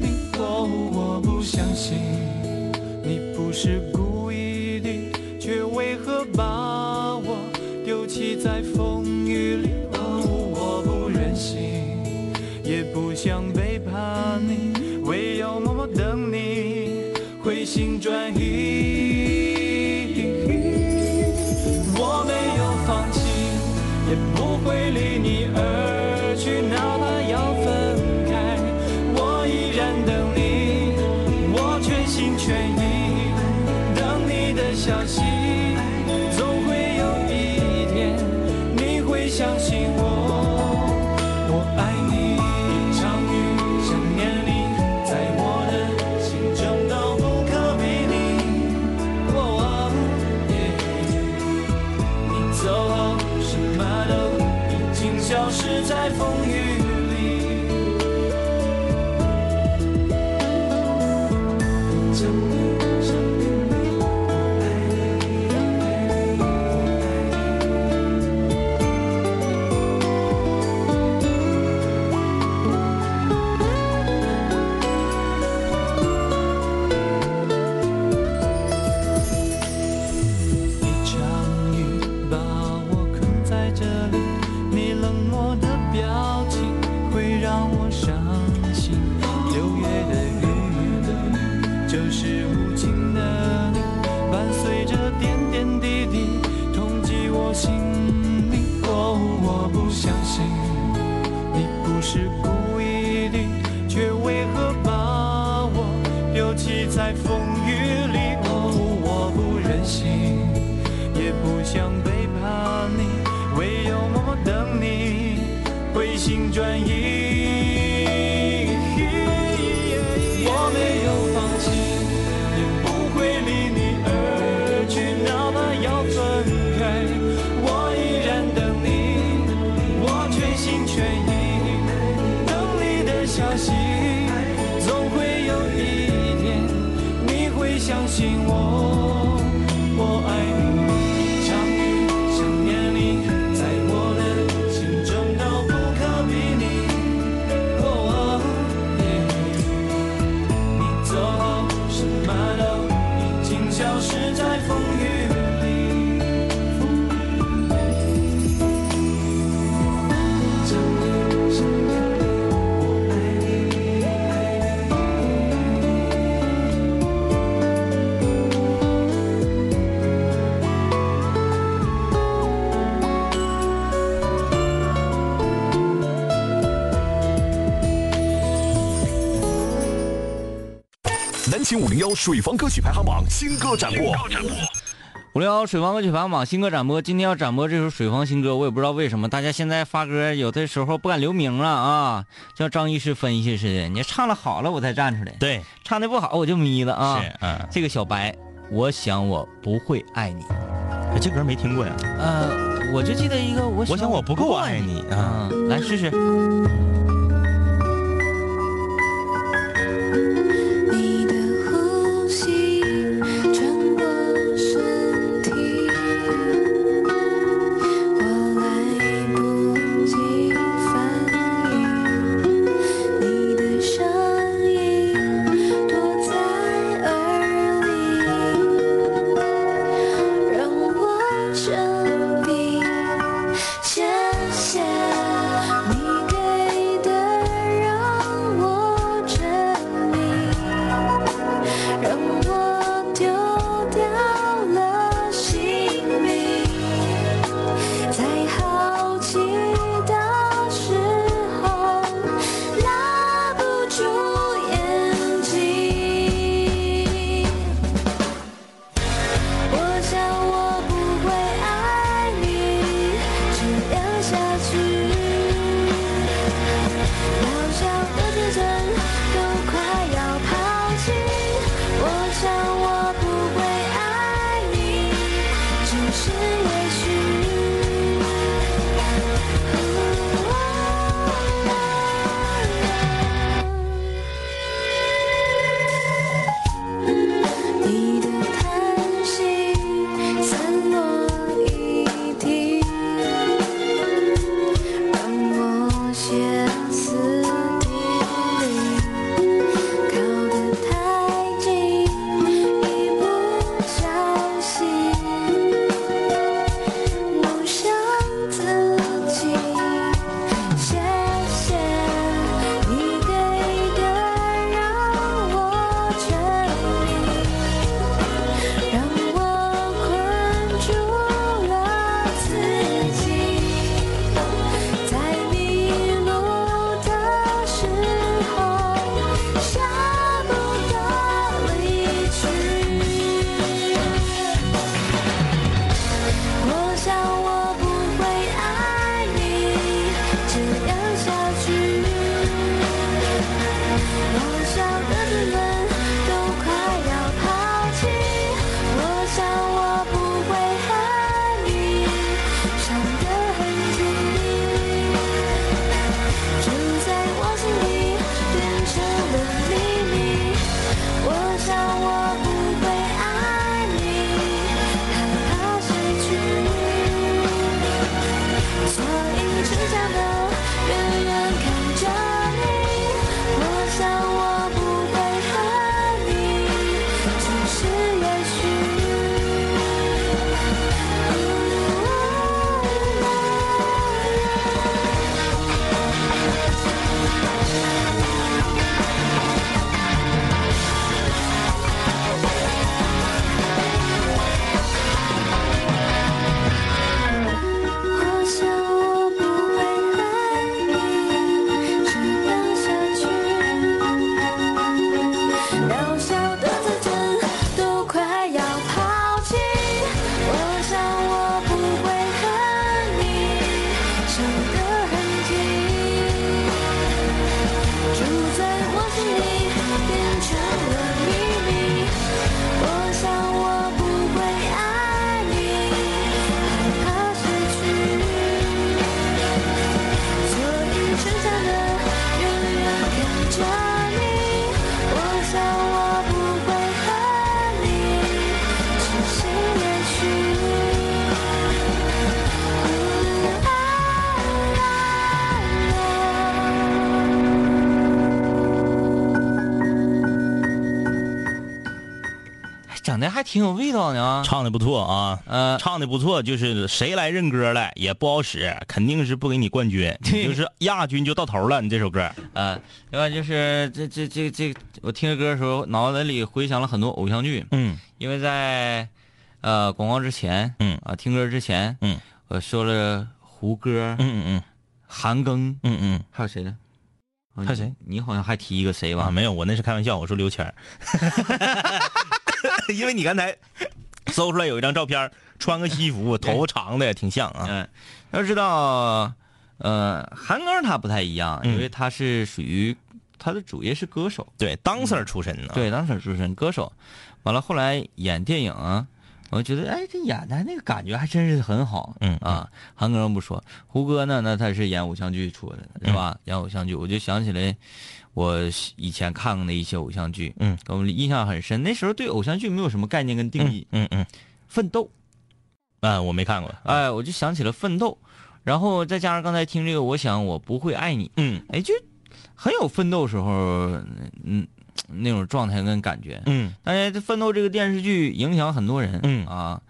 J: 里。哦，我不相信你不是故意的，却为何把我丢弃在风雨里？哦，我不忍心。也不想背叛你，唯有默默等你回心转意。我没有放弃，也不会离你而去，哪怕要分开，我依然等你，我全心全意等你的消息。总会有一天，你会相信我。我爱你，隐藏于想念里，在我的心中都不可比拟。哦耶你走后，什么都已经消失在风雨里。想念，想念你，我爱你，爱你，我爱你。一场雨把我困在这里，你冷漠的表情会让我伤心。六月的雨，就是无情的你，伴随着点点滴滴，痛击我心里。哦，我不相信你不是故意的，却为何把我丢弃在风雨里？哦，我不忍心。也不想背叛你，唯有默默等你回心转意。我没有放弃，也不会离你而去，哪怕要分开，我依然等你，我全心全意等你的消息。总会有一天，你会相信我，我爱你。相遇，想念你，在我的心中都不可比拟。哦，你走后，什么都已经消失在风雨里。想你，想念你，我爱你，爱你，
L: 南秦五零幺水房歌曲排行榜新歌展播。
I: 五零幺水房歌曲排行榜新歌展播，今天要展播这首水房新歌，我也不知道为什么大家现在发歌有的时候不敢留名了啊，像张医师分析似的，你唱了好了我才站出来，
M: 对，
I: 唱的不好我就眯了啊。
M: 是嗯
I: 这个小白，我想我不会爱你，
M: 哎这歌没听过呀。
I: 呃，我就记得一个我
M: 我想我不够爱你啊
I: 啊，来试试。
K: 你的呼吸穿过身体，我来不及反应。你的声音躲在耳里，让我生病。谢谢你给
I: 整哎的还挺有味道呢。呃
J: 唱的不错啊，嗯，唱的不错，就是谁来认歌来也不好使，肯定是不给你冠 *laughs* 军，你就是亚军就到头了。你这首歌，
I: 嗯，另外就是这这这这，我听这歌的时候，脑子里回想了很多偶像剧，
J: 嗯，
I: 因为在呃广告之前，
J: 嗯
I: 啊听歌之前，
J: 嗯，
I: 我说了胡歌，
J: 嗯嗯嗯，
I: 韩庚，
J: 嗯嗯，
I: 还有谁呢？还
J: 还有谁？
I: 你好像还提一个谁吧？
J: 啊，没 *laughs* 有，我那是开玩笑，我说刘谦儿，因为你刚才搜出来有一张照片儿，穿个西服，头发长的，挺像啊。
I: 嗯，要知道，呃，韩庚他不太一样，
J: 嗯
I: 因为他是属于他的主业是歌手，
J: 对，dancer 出身的，
I: 对，当时主持人歌手，完了后来演电影啊，我觉得哎，这演的那个感觉还真是很好，
J: 嗯
I: 啊，韩庚不说，胡歌呢，那他是演偶像剧出来的，是
J: 嗯
I: 吧？演偶像剧，我就想起来我以前看过的一些偶像剧，
J: 嗯，
I: 给我们印象很深。那时候对偶像剧没有什么概念跟定义，
J: 嗯嗯，
I: 奋斗，
J: 啊，我没看过，
I: 哎，我就想起了奋斗，然后再加上刚才听这个，我想我不会爱你，
J: 嗯
I: 哎，就很有奋斗时候，嗯，那种状态跟感觉，
J: 嗯
I: 但是《奋斗》这个电视剧影响很多人，
J: 嗯
I: 啊，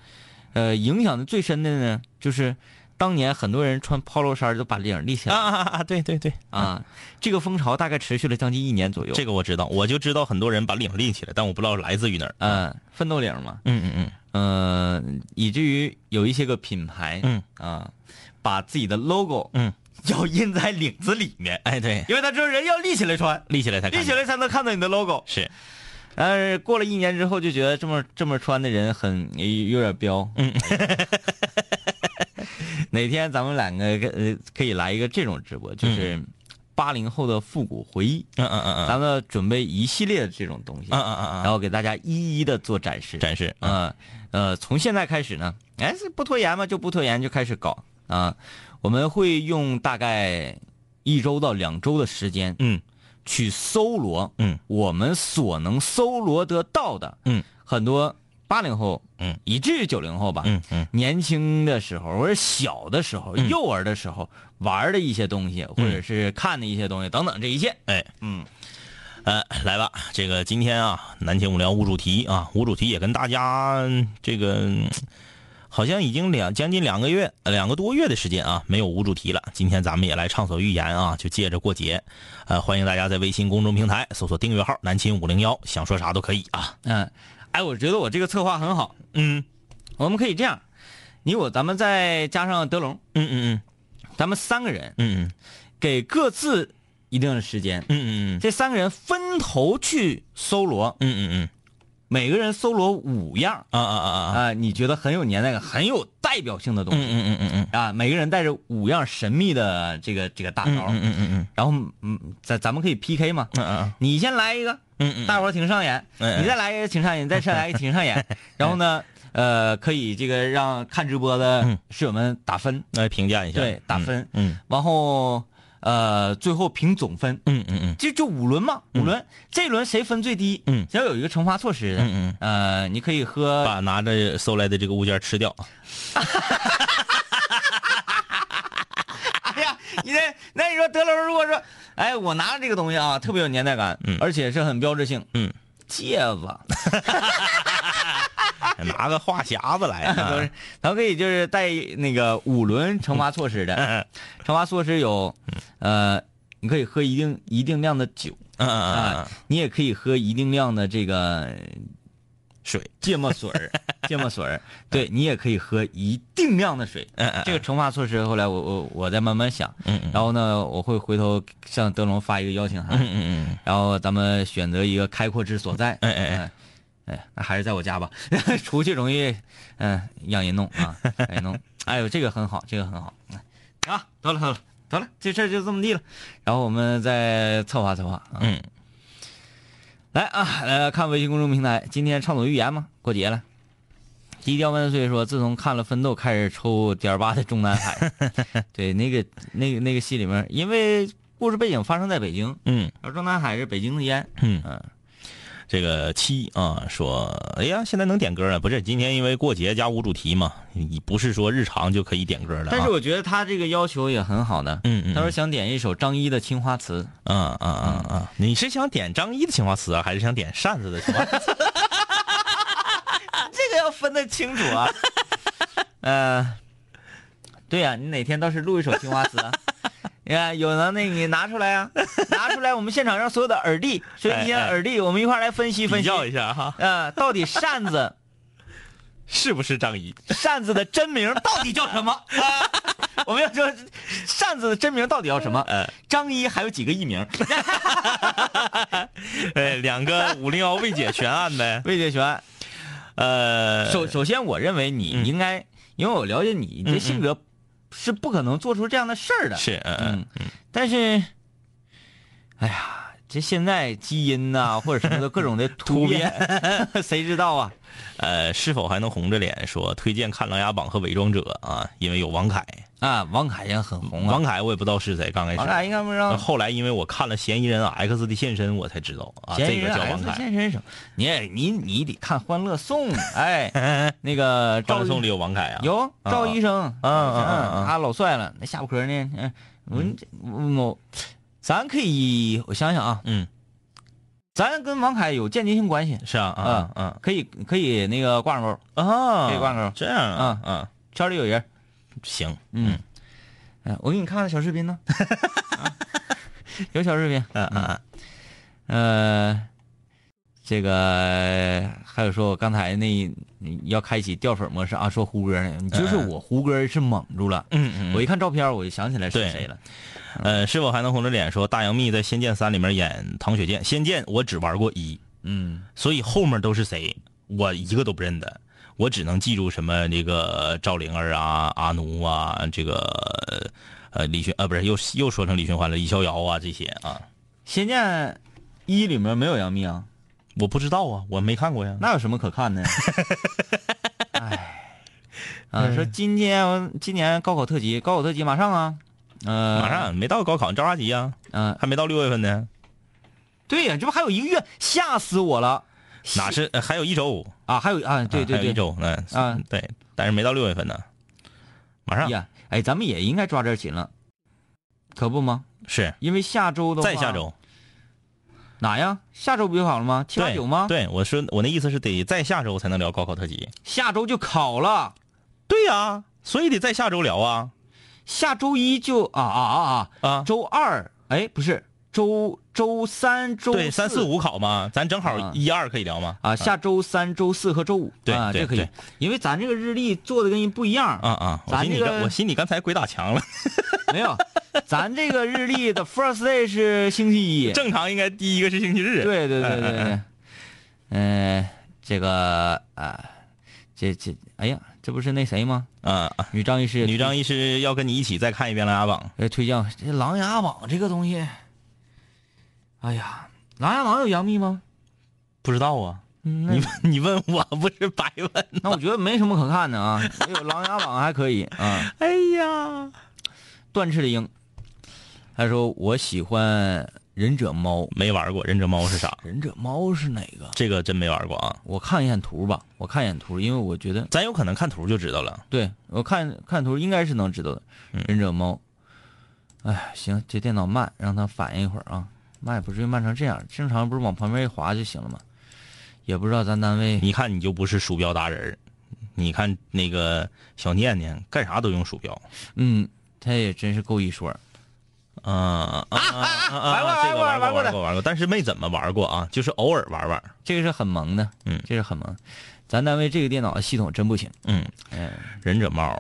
I: 呃，影响的最深的呢，就是当年很多人穿 polo 衫儿都把领立起
J: 啊
I: 来
J: 啊啊，对对对，
I: 啊这个风潮大概持续了将近一年左右。
J: 这个我知道，我就知道很多人把领立起来，但我不知道来自于哪儿。
I: 嗯、奋斗领嘛，
J: 嗯嗯嗯，
I: 呃，以至于有一些个品牌，
J: 嗯
I: 啊，把自己的 logo，
J: 嗯，
I: 要印在领子里面，
J: 哎对，
I: 因为他知道人要立起来穿，
J: 立起来才看
I: 立
J: 见
I: 起来才能看到你的 logo。
J: 是，
I: 但是过了一年之后，就觉得这么这么穿的人很有有点彪。嗯， *laughs* 哪天咱们两个呃可以来一个这种直播，就是八零后的复古回忆，
J: 嗯嗯嗯嗯
I: 咱们准备一系列的这种东西，
J: 嗯嗯嗯
I: 然后给大家一一的做展示。
J: 嗯，展示，嗯
I: 啊，呃，从现在开始呢，哎，是不拖延嘛，就不拖延，就开始搞啊、我们会用大概一周到两周的时间，
J: 嗯，
I: 去搜罗，
J: 嗯，
I: 我们所能搜罗得到的，
J: 嗯，
I: 很多八零后，
J: 嗯，
I: 以至九零后吧，
J: 嗯嗯
I: 年轻的时候或者小的时候、
J: 嗯
I: 幼儿的时候玩的一些东西，或者是看的一些东西等等，这一切，
J: 哎，
I: 嗯，
J: 呃，来吧，这个今天啊，南秦五聊无主题啊，无主题也跟大家嗯这个嗯好像已经两将近两个月、呃两个多月的时间啊，没有无主题了。今天咱们也来畅所欲言啊，就借着过节，呃，欢迎大家在微信公众平台搜索订阅号“南秦五零幺”，想说啥都可以啊。
I: 嗯，哎，我觉得我这个策划很好。嗯，我们可以这样，你我咱们再加上德龙，
J: 嗯嗯
I: 咱们三个人
J: 嗯嗯
I: 给各自一定的时间，
J: 嗯嗯嗯
I: 这三个人分头去搜罗，
J: 嗯嗯嗯
I: 每个人搜罗五样
J: 啊啊啊
I: 啊、
J: 啊！
I: 你觉得很有年代感、很有代表性的东
J: 嗯
I: 西、
J: 嗯嗯嗯嗯
I: 啊，每个人带着五样神秘的这个这个大招，
J: 嗯嗯嗯
I: 然后嗯，咱咱们可以 PK 嘛，
J: 嗯嗯
I: 你先来一个，
J: 嗯嗯，
I: 大伙儿挺上眼，
J: 嗯嗯
I: 你再来一个挺上眼，你再来一个挺上
J: *laughs*
I: 眼，然后呢，呃，可以这个让看直播的
J: 嗯
I: 室友们打分，
J: 来嗯评价一下，
I: 对，打分，
J: 嗯
I: 然后呃，最后评总分，
J: 嗯嗯嗯
I: 就就五轮嘛，五轮，这一轮谁分最低，
J: 嗯
I: 只要有一个惩罚措施，
J: 嗯嗯，
I: 呃，你可以喝，
J: 把啊拿着搜来的这个物件吃 *laughs* 掉。
I: *laughs* 哎呀，你这那你说德龙如果说，哎，我拿着这个东西啊，特别有年代感，
J: 嗯
I: 而且是很标志性，
J: 嗯，
I: 戒指。
J: 拿个话匣子来、 *laughs* 啊，
I: 都是，咱可以就是带那个五轮惩罚措施的，惩罚措施有，呃，你可以喝一定一定量的酒
J: 嗯嗯嗯嗯
I: 啊
J: 嗯，，
I: 你也可以喝一定量的这个
J: 水，
I: 芥末水儿， *laughs* 芥末水儿，对你也可以喝一定量的水。
J: 嗯嗯
I: 这个惩罚措施后来我我我再慢慢想，
J: 嗯嗯
I: 然后呢，我会回头向德龙发一个邀请函，
J: 嗯嗯
I: 然后咱们选择一个开阔之所在。
J: 哎哎哎
I: 哎，哎，那还是在我家吧， *laughs* 出去容易，嗯、让人弄啊，让人弄。哎呦，这个很好，这个很好。啊，得了得了得了，这事儿就这么地了。然后我们再策划策划啊。
J: 嗯
I: 来啊，来看微信公众平台，今天畅所欲言嘛，过节了。低调万岁说，自从看了《奋斗》，开始抽点儿八的中
J: *laughs*
I: 南海。对，那个那个那个戏里面，因为故事背景发生在北京，
J: 嗯
I: 然后中南海是北京的烟。
J: 嗯嗯，这个七啊说，哎呀，现在能点歌了，不是今天因为过节加无主题嘛，你不是说日常就可以点歌了、啊，
I: 但是我觉得他这个要求也很好的。
J: 嗯嗯
I: 他说想点一首张一的《青花瓷》。
J: 嗯嗯 *laughs* 嗯嗯，你是想点张一的青花瓷啊，还是想点扇子的青花瓷？
I: 的清楚 *laughs* 啊。嗯，对呀、你哪天倒是录一首《青花瓷》
J: *laughs*
I: 啊。你看，有能耐你拿出来啊，拿出来，我们现场让所有的耳帝、收音机前的耳帝，我们一块儿来分析分析，
J: 哎比较一下哈
I: 呃，到底扇子
J: 是嗯不是张仪？
I: 扇子的真名到底叫什么？啊我们要说扇子的真名到底叫什么？张一还有几个艺 *laughs* 名？
J: 哎，两个五零幺未解悬案呗。
I: 未解悬案。
J: 呃，
I: 首首先，我认为你应该，因为我了解你，你
J: 嗯
I: 这
J: 嗯
I: 性格是不可能做出这样的事儿的。
J: 是，嗯嗯，
I: 但是，哎呀，这现在基因呐、或者什么的各种的 *laughs* 突变，谁知道啊？
J: 呃，是否还能红着脸说推荐看《琅琊榜》和《伪装者》啊？因为有王凯，
I: 啊，王凯也很红啊。呃
J: 王凯我也不知道是谁，刚开始。
I: 王凯应该不知道
J: 后来因为我看了《嫌疑人 X》的现身，我才知道啊，
I: 嫌
J: 这
I: 疑
J: 个
I: 人
J: 叫
I: X
J: 王凯。
I: 现身手，你也你你得看《欢乐
J: *laughs*
I: 颂》哎，那个
J: 赵
I: 赵
J: 颂里
I: 医
J: 有王凯啊，
I: 有
J: 啊
I: 赵
J: 啊
I: 医生，哎
J: 嗯嗯嗯嗯
I: 他老帅了。那夏普科呢？嗯，我们这我咱可以我想想啊，
J: 嗯，
I: 咱跟王凯有间接性关系，
J: 是啊啊
I: 嗯
J: 啊
I: 可以可以那个挂上钩，
J: 啊，
I: 可以挂上钩，
J: 这样啊啊，
I: 圈里有人。
J: 行，
I: 嗯，哎，我给你看看小视频呢， *laughs* 啊有小视频，
J: 嗯嗯
I: 呃，这个还有说我刚才那要开启掉粉模式啊，说胡歌呢，就是我胡歌是蒙住了，
J: 嗯嗯，
I: 我一看照片我就想起来是
J: 对
I: 谁了，
J: 呃，是否还能红着脸说大杨幂在《仙剑三》里面演唐雪见？《仙剑》我只玩过一，
I: 嗯，
J: 所以后面都是谁，我一个都不认得，我只能记住什么那个赵灵儿啊、阿奴啊，这个呃李寻啊，不是又又说成李寻欢了，李逍遥啊这些啊，
I: 《仙剑一》里面没有杨幂啊，
J: 我不知道啊，我没看过呀。
I: 那有什么可
J: *laughs*
I: 看的？哎，啊，说今天今年高考特辑，高考特辑马上啊，呃，
J: 马，上没到高考，着啥急呀？
I: 嗯、
J: 啊还没到六月份呢，
I: 对呀、这不还有一个月，吓死我了
J: 哪是呃还有一周？
I: 啊！还有啊，对
J: 啊
I: 对
J: 还有
I: 对，
J: 一周，嗯
I: 啊
J: 对，但是没到六月份呢，马上
I: 呀，哎，咱们也应该抓这紧了，可不吗？
J: 是
I: 因为下周的话
J: 再下周。
I: 哪呀？下周不就考了吗？七八
J: 对
I: 九吗？，
J: 对，我说我那意思是得在下周才能聊高考特辑。
I: 下周就考了，
J: 对呀、所以得在下周聊啊
I: 下周一就啊啊啊
J: 啊！
I: 啊，周二哎不是周周三周
J: 对，三四五考嘛，咱正好
I: 啊
J: 一二可以聊嘛。
I: 啊，下周三、周四和周五
J: 对
I: 啊，
J: 对
I: 这可以
J: 对，
I: 因为咱这个日历做的跟人不一样
J: 啊啊！我
I: 咱
J: 心
I: 这
J: 里
I: 个
J: 刚我心里刚才鬼打墙了，
I: 没有，咱这个日历的 first day 是星期一，
J: 正常应该第一个是星期 *laughs* 日。
I: 对对对对对， *laughs* 嗯、这个啊，这这，哎呀，这不是那谁吗？
J: 啊，啊
I: 女张医师也推，
J: 女张医师要跟你一起再看一遍《琅琊榜
I: 也推荐我这《琅琊榜》这个东西。哎呀，《琅琊榜》有杨幂吗？》，
J: 不知道啊？
I: 嗯，
J: 你
I: 那
J: 问你问我不是白问？
I: 那我觉得没什么可看的啊。 *laughs* 哎呦，《琅琊榜》还可以啊。
J: *laughs* 哎呀，
I: 断翅的鹰，他说我喜欢忍者猫。
J: 没玩过忍者猫是啥？
I: 忍者猫是哪个？
J: 这个真没玩过啊！
I: 我看一眼图吧，我看一眼图，因为我觉得
J: 咱有可能看图就知道了。
I: 对我看看图应该是能知道的。
J: 嗯
I: 忍者猫，哎，行，这电脑慢，让它反应一会儿啊。慢也不至于慢成这样，正常不是往旁边一滑就行了吗？也不知道咱单位
J: 你看你就不是鼠标达人儿，你看那个小念念干啥都用鼠标。
I: 嗯，他也真是够一说儿。
J: 啊啊啊！
I: 玩
J: 这
I: 过
J: 个玩
I: 玩过玩过
J: 玩过玩过，但是没怎么玩过啊，就是偶尔玩玩。
I: 这个是很萌的，
J: 嗯
I: 这是很萌。咱单位这个电脑系统真不行，
J: 嗯，
I: 嗯，
J: 忍者猫、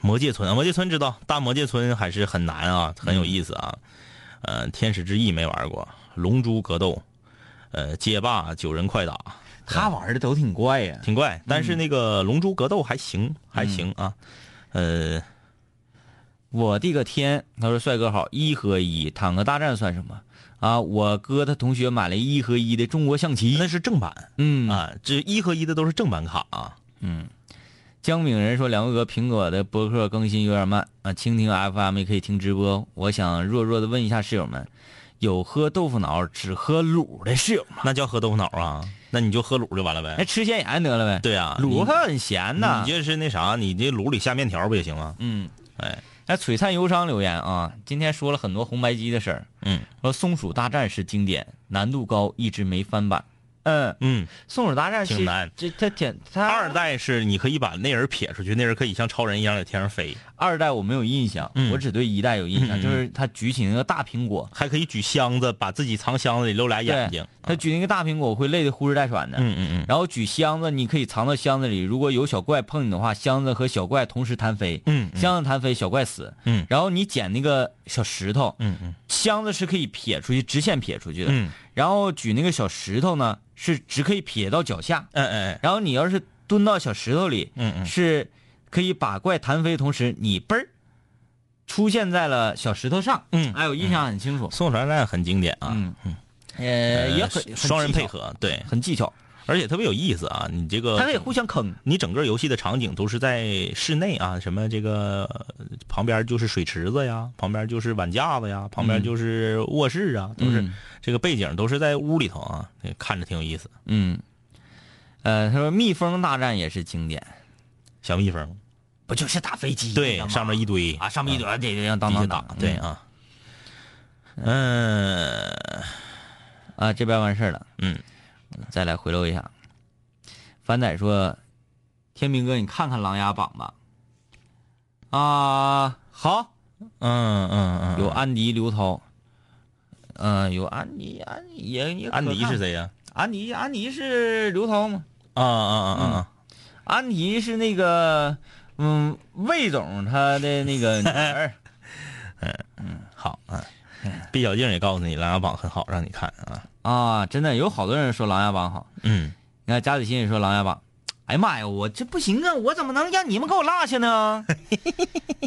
J: 魔界村，啊魔界村知道，大魔界村还是很难啊，很有意思啊。呃，天使之翼没玩过，龙珠格斗，呃，街霸、九人快打，
I: 他玩的都挺怪呀。
J: 挺怪，但
I: 嗯
J: 是那个龙珠格斗还行，还行啊。呃，
I: 我的个天！他说：“帅哥好，一合一，坦克大战算什么啊？我哥他同学买了一合一的中国象棋，
J: 那是正版
I: 嗯
J: 啊，这一和一的都是正版卡啊。
I: 江敏仁说：“两位哥，苹果的博客更新有点慢啊，蜻蜓 FM 也可以听直播。我想弱弱的问一下室友们，有喝豆腐脑只喝卤的室友吗？
J: 那叫喝豆腐脑啊，那你就喝卤就完了
I: 那
J: 呗。
I: 吃咸盐得了呗。
J: 对啊，
I: 哎卤它很咸呐
J: 你。就是那啥，你这卤里下面条不也行吗？
I: 嗯，
J: 哎，
I: 那璀璨忧伤留言啊，今天说了很多红白机的事儿，
J: 嗯，
I: 说松鼠大战是经典，难度高，一直没翻版。嗯
J: 嗯，
I: 松鼠大战
J: 挺
I: 其实
J: 难
I: 这它挺它
J: 二代是你可以把那人撇出去，那人可以像超人一样在天上飞，
I: 二代我没有印象，
J: 嗯
I: 我只对一代有印象，
J: 嗯嗯
I: 就是他举起那个大苹果，
J: 还可以举箱子把自己藏箱子里露俩眼睛
I: 对。，他举那个大苹果会累得呼哧带喘的。
J: 嗯嗯嗯，
I: 然后举箱子，你可以藏到箱子里。如果有小怪碰你的话，箱子和小怪同时弹飞。
J: 嗯嗯
I: 箱子弹飞，小怪死。
J: 嗯
I: 然后你捡那个小石头，
J: 嗯嗯
I: 箱子是可以撇出去，直线撇出去的。
J: 嗯
I: 然后举那个小石头呢，是只可以撇到脚下。
J: 嗯嗯
I: 然后你要是蹲到小石头里，
J: 嗯嗯
I: 是可以把怪弹飞，同时你嘣儿出现在了小石头上。
J: 嗯
I: 哎，我印象很清楚
J: 嗯，。松鼠大战很经典啊，
I: 嗯呃，也很很
J: 嗯双人
I: 技巧
J: 配合，对，
I: 很技巧，
J: 而且特别有意思啊，你这个
I: 它可以互相坑。
J: 你整个游戏的场景都是在室内啊，什么这个呃旁边就是水池子呀，旁边就是碗架子呀，旁边就是卧室啊，都是
I: 嗯
J: 这个背景都是在屋里头啊，那看着挺有意思。
I: 嗯，呃，他说蜜蜂大战也是经典，
J: 小蜜蜂，
I: 不就是打飞机
J: 对
I: 那个，吗
J: 上面一堆
I: 啊，上面一堆
J: 啊
I: 啊对对，当
J: 底下
I: 当
J: 打
I: 当，，
J: 对
I: 嗯
J: 啊，嗯
I: 呃啊，这边完事儿了，
J: 嗯，
I: 再来回漏一下。凡仔说：“天明哥，你看看《琅琊榜》吧。”啊，好，
J: 嗯嗯嗯，
I: 有安迪、刘涛，嗯、有安迪，安迪也也可
J: 安迪
I: 看
J: 是？谁呀？
I: 安迪，安迪是刘涛吗？
J: 啊啊啊啊啊！
I: 安迪是那个，嗯，魏总他的那个女儿。
J: 好啊，
I: 嗯
J: 毕小静也告诉你《琅琊榜》很好，让你看啊。
I: 啊，真的有好多人说《琅琊榜》好。
J: 嗯，
I: 你看贾子欣也说《琅琊榜》，哎呀妈呀，我这不行啊，我怎么能让你们给我落下呢？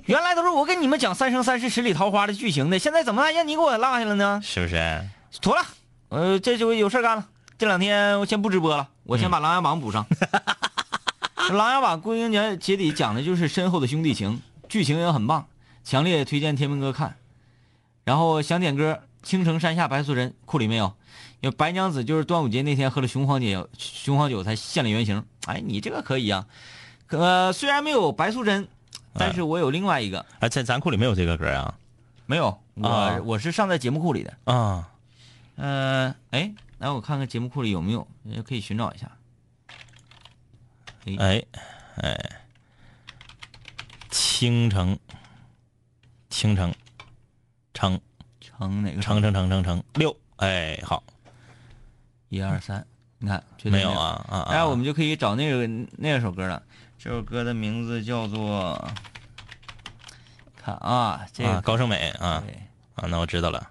I: 原来都是我跟你们讲《三生三世十里桃花》的剧情的，现在怎么还让你给我落下了呢？
J: 是不是？
I: 妥了，呃，这就有事干了。这两天我先不直播了，我先把《琅琊榜》补 *laughs* 上。琅琊榜》归根结结底讲的就是深厚的兄弟情，剧情也很棒，强烈推荐天明哥看。然后想点歌，《青城山下白素贞》库里没有，因为白娘子就是端午节那天喝了雄黄酒，雄黄酒才现了原形。哎，你这个可以啊，呃，虽然没有白素贞，但是我有另外一个，
J: 哎，咱咱库里没有这个歌啊
I: 没有，我、
J: 啊
I: 我是上在节目库里的。
J: 啊！
I: 呃，哎，来我看看节目库里有没有，也可以寻找一下。
J: 哎，哎，青城，青城，城
I: 成哪个
J: 城城城城城六，哎，好，
I: 一二三，你看绝对
J: 没
I: 有
J: 有。啊啊！啊
I: 哎，我们就可以找那个那首歌了。这首歌的名字叫做，看啊，这
J: 啊
I: 个
J: 高胜美啊
I: 对
J: 啊，那我知道了，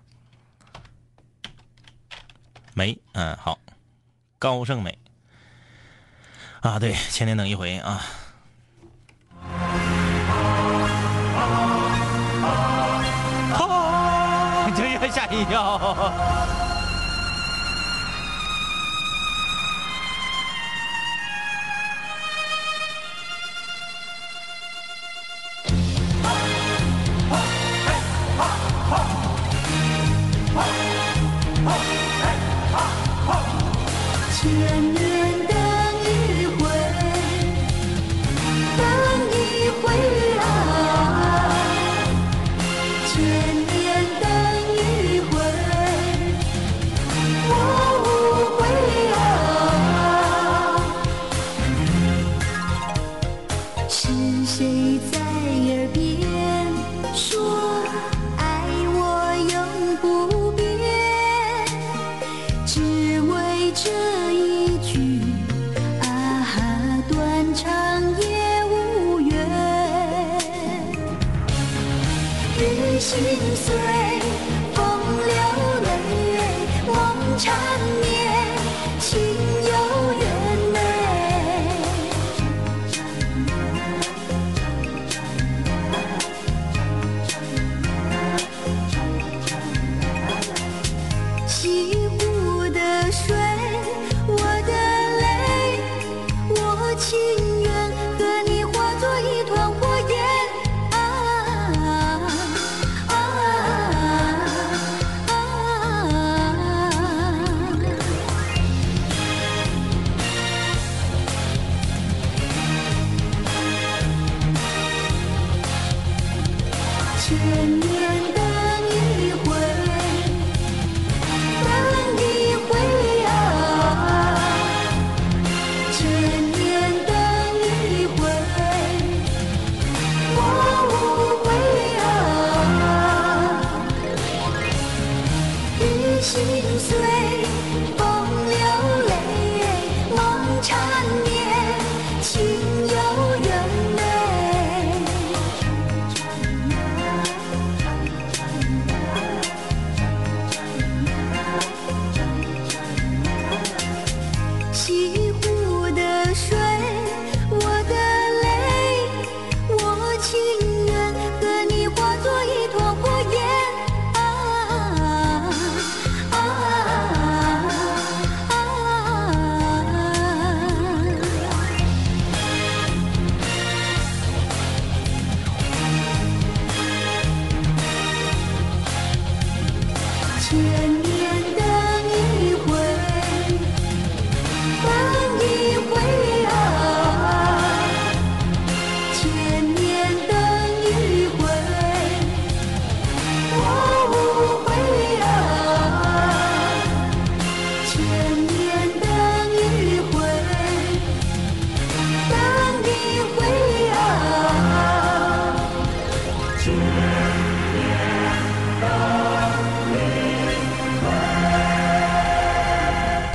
J: 没，嗯，
I: *laughs*
J: 好，高胜美啊，对，千年等一回啊，
I: 这要吓一跳。
K: 千年等一回，等一回啊！千年等一回，我无悔啊！是谁在耳边说爱我永不变？只为这一句啊哈，断肠也无怨。于心碎，风流泪，梦缠绵，情有缘美。西湖的水，我的泪，我情愿和你化作一团火焰。啊啊啊啊！千年等一回。等一回啊！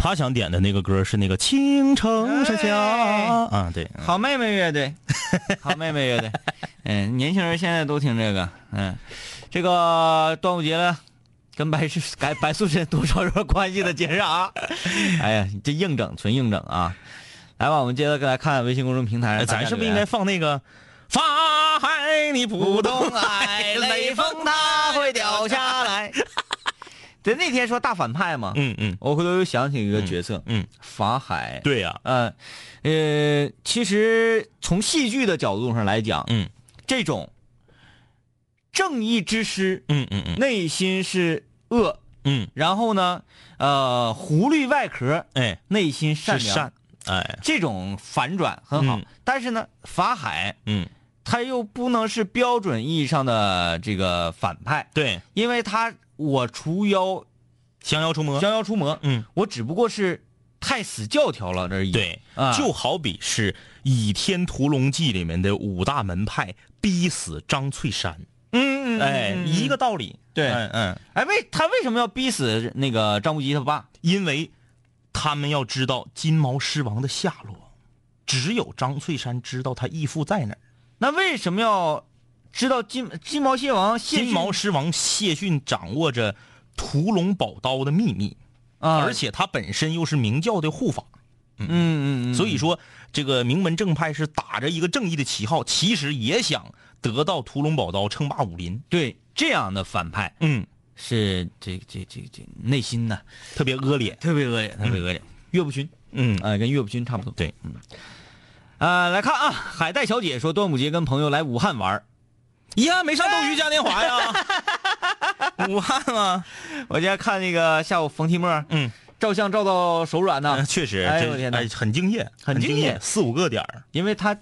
J: 他想点的那个歌是那个《青城山下》
I: 哎
J: 啊，对，
I: 好妹妹
J: *laughs*
I: 乐队，好妹妹乐队，嗯，年轻人现在都听这个，嗯，这个端午节了，跟白素白白素贞多少有点关系的节
J: *laughs*
I: 日啊，哎呀，这硬整纯硬整啊，来吧，我们接着来看微信公众平台上
J: 哎
I: 大家留
J: 咱
I: 言，
J: 是不是应该放那个《法海你
I: 不
J: 不懂
I: *laughs* 动
J: *laughs*
I: 爱，雷锋它会掉下来。对，那天说大反派嘛，
J: 嗯嗯，
I: 我回头又想起一个角色，
J: 嗯，
I: 法海。
J: 对呀
I: 嗯，呃，其实从戏剧的角度上来讲，
J: 嗯，
I: 这种正义之师，
J: 嗯嗯嗯，
I: 内心是恶，
J: 嗯，
I: 然后呢，呃，狐狸外壳，
J: 哎，
I: 内心善
J: 是
I: 良，
J: 善，哎，
I: 这种反转很好。
J: 嗯
I: 但是呢，法海，
J: 嗯，
I: 他又不能是标准意义上的这个反派，
J: 对，
I: 因为他我除妖
J: 降妖除魔，
I: 降妖除魔，
J: 嗯，
I: 我只不过是太死教条了而已。
J: 对，
I: 啊，
J: 就好比是《倚天屠龙记》里面的五大门派逼死张翠山，
I: 嗯嗯，
J: 哎，
I: 嗯
J: 一个道理。
I: 对，
J: 嗯嗯，
I: 哎，为他为什么要逼死那个张无忌他爸？
J: 因为他们要知道金毛狮王的下落，只有张翠山知道他义父在哪儿。
I: 那为什么要知道金金毛蟹王谢
J: 金
I: 逊
J: 毛狮王谢逊掌握着屠龙宝刀的秘密，
I: 啊？
J: 而且他本身又是明教的护法，
I: 嗯，嗯嗯嗯，
J: 所以说这个名门正派是打着一个正义的旗号，其实也想得到屠龙宝刀，称霸武林。
I: 对这样的反派
J: 嗯，
I: 是这这这这内心呢
J: 特别恶劣。
I: 特别恶劣，特别恶劣。岳不群，
J: 嗯
I: 啊、跟岳不群差不多。
J: 对，
I: 嗯，呃，来看啊，海带小姐说端午节跟朋友来武汉玩儿
J: 遗憾没上斗鱼嘉年华呀，武汉吗？
I: 我今天看那个下午冯提莫，
J: 嗯，
I: 照相照到手软呐、
J: 呃确实，
I: 哎呦
J: 真
I: 我
J: 是
I: 天哪
J: 哎很敬业，
I: 很
J: 敬
I: 敬业
J: 四五个点儿，
I: 因为他。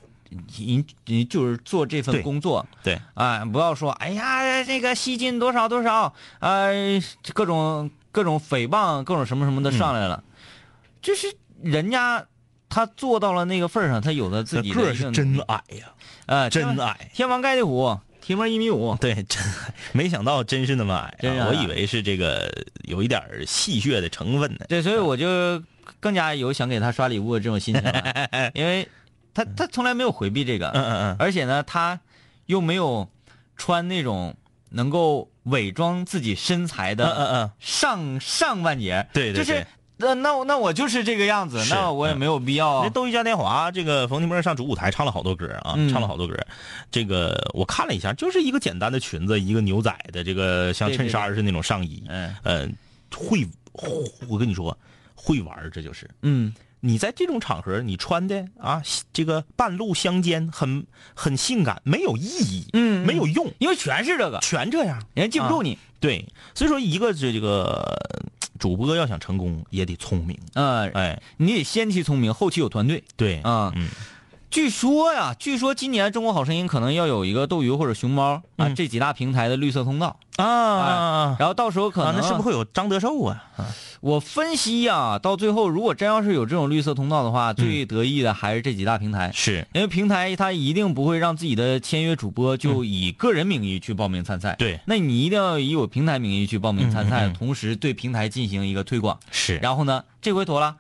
I: 你你就是做这份
J: 对
I: 工作，
J: 对，
I: 啊、不要说哎呀，这个西进多少多少，呃，各种各种诽谤，各种什么什么
J: 嗯
I: 的上来了，就是人家他做到了那个份儿上，他有了自己的
J: 个儿
I: 一定
J: 是真矮呀，
I: 呃，天
J: 真
I: 王
J: 矮。
I: 天王盖地虎，提莫一米五，
J: 对，真矮没想到，真是那么矮、
I: 真是
J: 啊！
I: 矮
J: 我以为是这个有一点儿戏谑的成分呢。
I: 对，所以我就更加有想给他刷礼物的这种心
J: *laughs*
I: 情了，因为他他从来没有回避这个，
J: 嗯嗯嗯，
I: 而且呢，他又没有穿那种能够伪装自己身
J: 嗯
I: 材
J: 嗯
I: 的
J: 嗯
I: 上上半截，
J: 对对
I: 就是
J: 对
I: 那那我那我就是这个样子，
J: 是嗯
I: 那我也没有必要
J: 那《斗鱼嘉年华》这个冯提莫上主舞台唱了好多歌啊，
I: 嗯
J: 唱了好多歌。这个我看了一下，就是一个简单的裙子，一个牛仔的这个像
I: 对对
J: 衬衫似的那种上衣。
I: 嗯
J: 嗯，会，会我跟你说，会玩儿这就是。
I: 嗯
J: 你在这种场合，你穿的啊，这个半路相间，很很性感，没有意义，
I: 嗯嗯
J: 没有用，
I: 因为全是这个，
J: 全这样，
I: 人家记不住
J: 啊
I: 你，
J: 对，所以说一个这这个嘖主播要想成功，也得聪明。
I: 嗯、
J: 哎，
I: 你得先期聪明，后期有团队。
J: 对，
I: 啊
J: 嗯，
I: 据说呀，据说今年《中国好声音》可能要有一个斗鱼或者熊猫啊、
J: 嗯
I: 这几大平台的绿色通道，
J: 啊，
I: 然后到时候可能、
J: 啊，那是不是会有张德寿啊？啊
I: 我分析呀、到最后如果真要是有这种绿色通道的话，最
J: 嗯
I: 得益的还是这几大平台，
J: 是，
I: 因为平台它一定不会让自己的签约主播就以个人名义去报名参赛，
J: 嗯对
I: 那你一定要以我平台名义去报名参赛，
J: 嗯嗯嗯
I: 同时对平台进行一个推广。
J: 是，
I: 然后呢，这回妥了。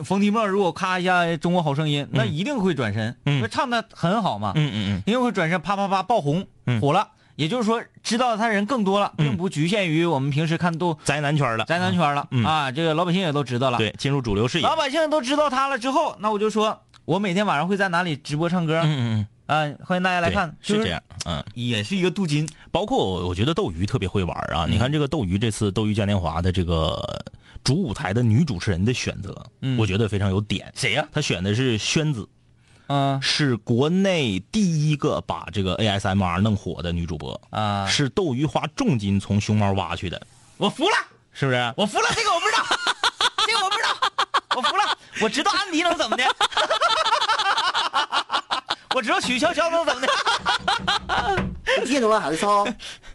I: 冯提莫如果咔一下《中国好声音》，那一定会转身，
J: 嗯
I: 因为唱的很好嘛，
J: 嗯嗯
I: 一定会转身，啪啪啪爆红，
J: 嗯
I: 火了。也就是说，知道他人更多了，并不局限于我们平时看都
J: 嗯，宅男圈了，
I: 宅男圈了、
J: 嗯
I: 啊，这个老百姓也都知道了。，
J: 对，进入主流视野。
I: 老百姓都知道他了之后，那我就说，我每天晚上会在哪里直播唱歌啊、
J: 嗯嗯，
I: 欢迎大家来
J: 对
I: 看，
J: 是
I: 就
J: 这样，嗯。
I: 也是一个镀金。嗯
J: 包括我我觉得斗鱼特别会玩啊！你看这个斗鱼这次斗鱼嘉年华的这个主舞台的女主持人的选择，
I: 嗯
J: 我觉得非常有点。谁呀、她选的是宣子，
I: 嗯
J: 是国内第一个把这个 ASMR 弄火的女主播，
I: 啊，
J: 是斗鱼花重金从熊猫挖去的，
I: 我服了，
J: 是不是？
I: 我服了，这个我不知道， *laughs* 这个我不知道，我服了，我知道安迪能怎么的，我知道许潇潇能怎么的，
D: 几点钟了还在唱？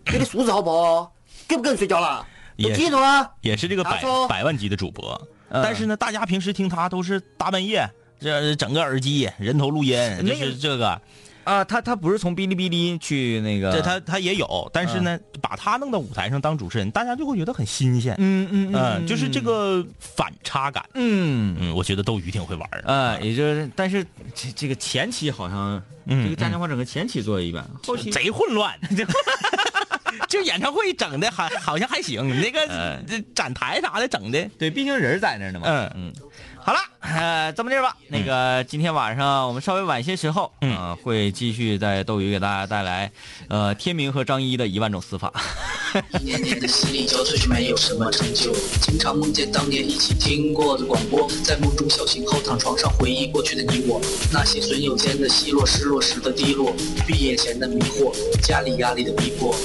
D: 给你素质好
C: *laughs*
D: 不好？跟不跟你睡觉了？都
J: 也
D: 几
J: 是
D: 点钟了？
J: 也是这个百
D: 拿走
J: 百万级的主播，但是呢，大家平时听她都是大半夜这整个耳机人头录音，
I: 那
J: 就
I: 个
J: 是这个。
I: 啊，他他不是从哔哩哔哩去那个，
J: 这他他也有，但是呢，把他弄到舞台上当主持人，大家就会觉得很新鲜。
I: 嗯嗯
J: 嗯，就是这个反差感。
I: 嗯
J: 嗯，我觉得斗鱼挺会玩的。
I: 啊，也就是，但是这这个前期好
J: 嗯
I: 像，这个《战争花》整个前期做了一版，后
J: *laughs*
I: 期
J: 贼混
I: *laughs*
J: 乱。就演唱会整的还好
I: *laughs*
J: 像还行，那个这展台啥的整的，
I: 对，毕竟人在那呢嘛。
J: 嗯
I: 嗯，好了，呃，这么地儿吧，那个今天晚上我们稍微晚些时候，嗯、会继续在斗鱼给大家带来，呃，天明和张一的一万种死法。
N: *laughs* 一年年的犀利交瘁，却没有什么成就。经常梦见当年一起听过的广播，在梦中小醒后躺床上回忆过去的你我，那些损友间的奚落，失落时的低落，毕业前的迷惑，家里压力的逼迫。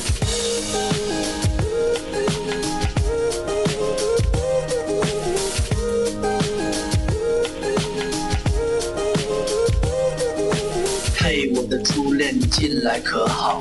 N: 嘿，我的初恋，你近来可好？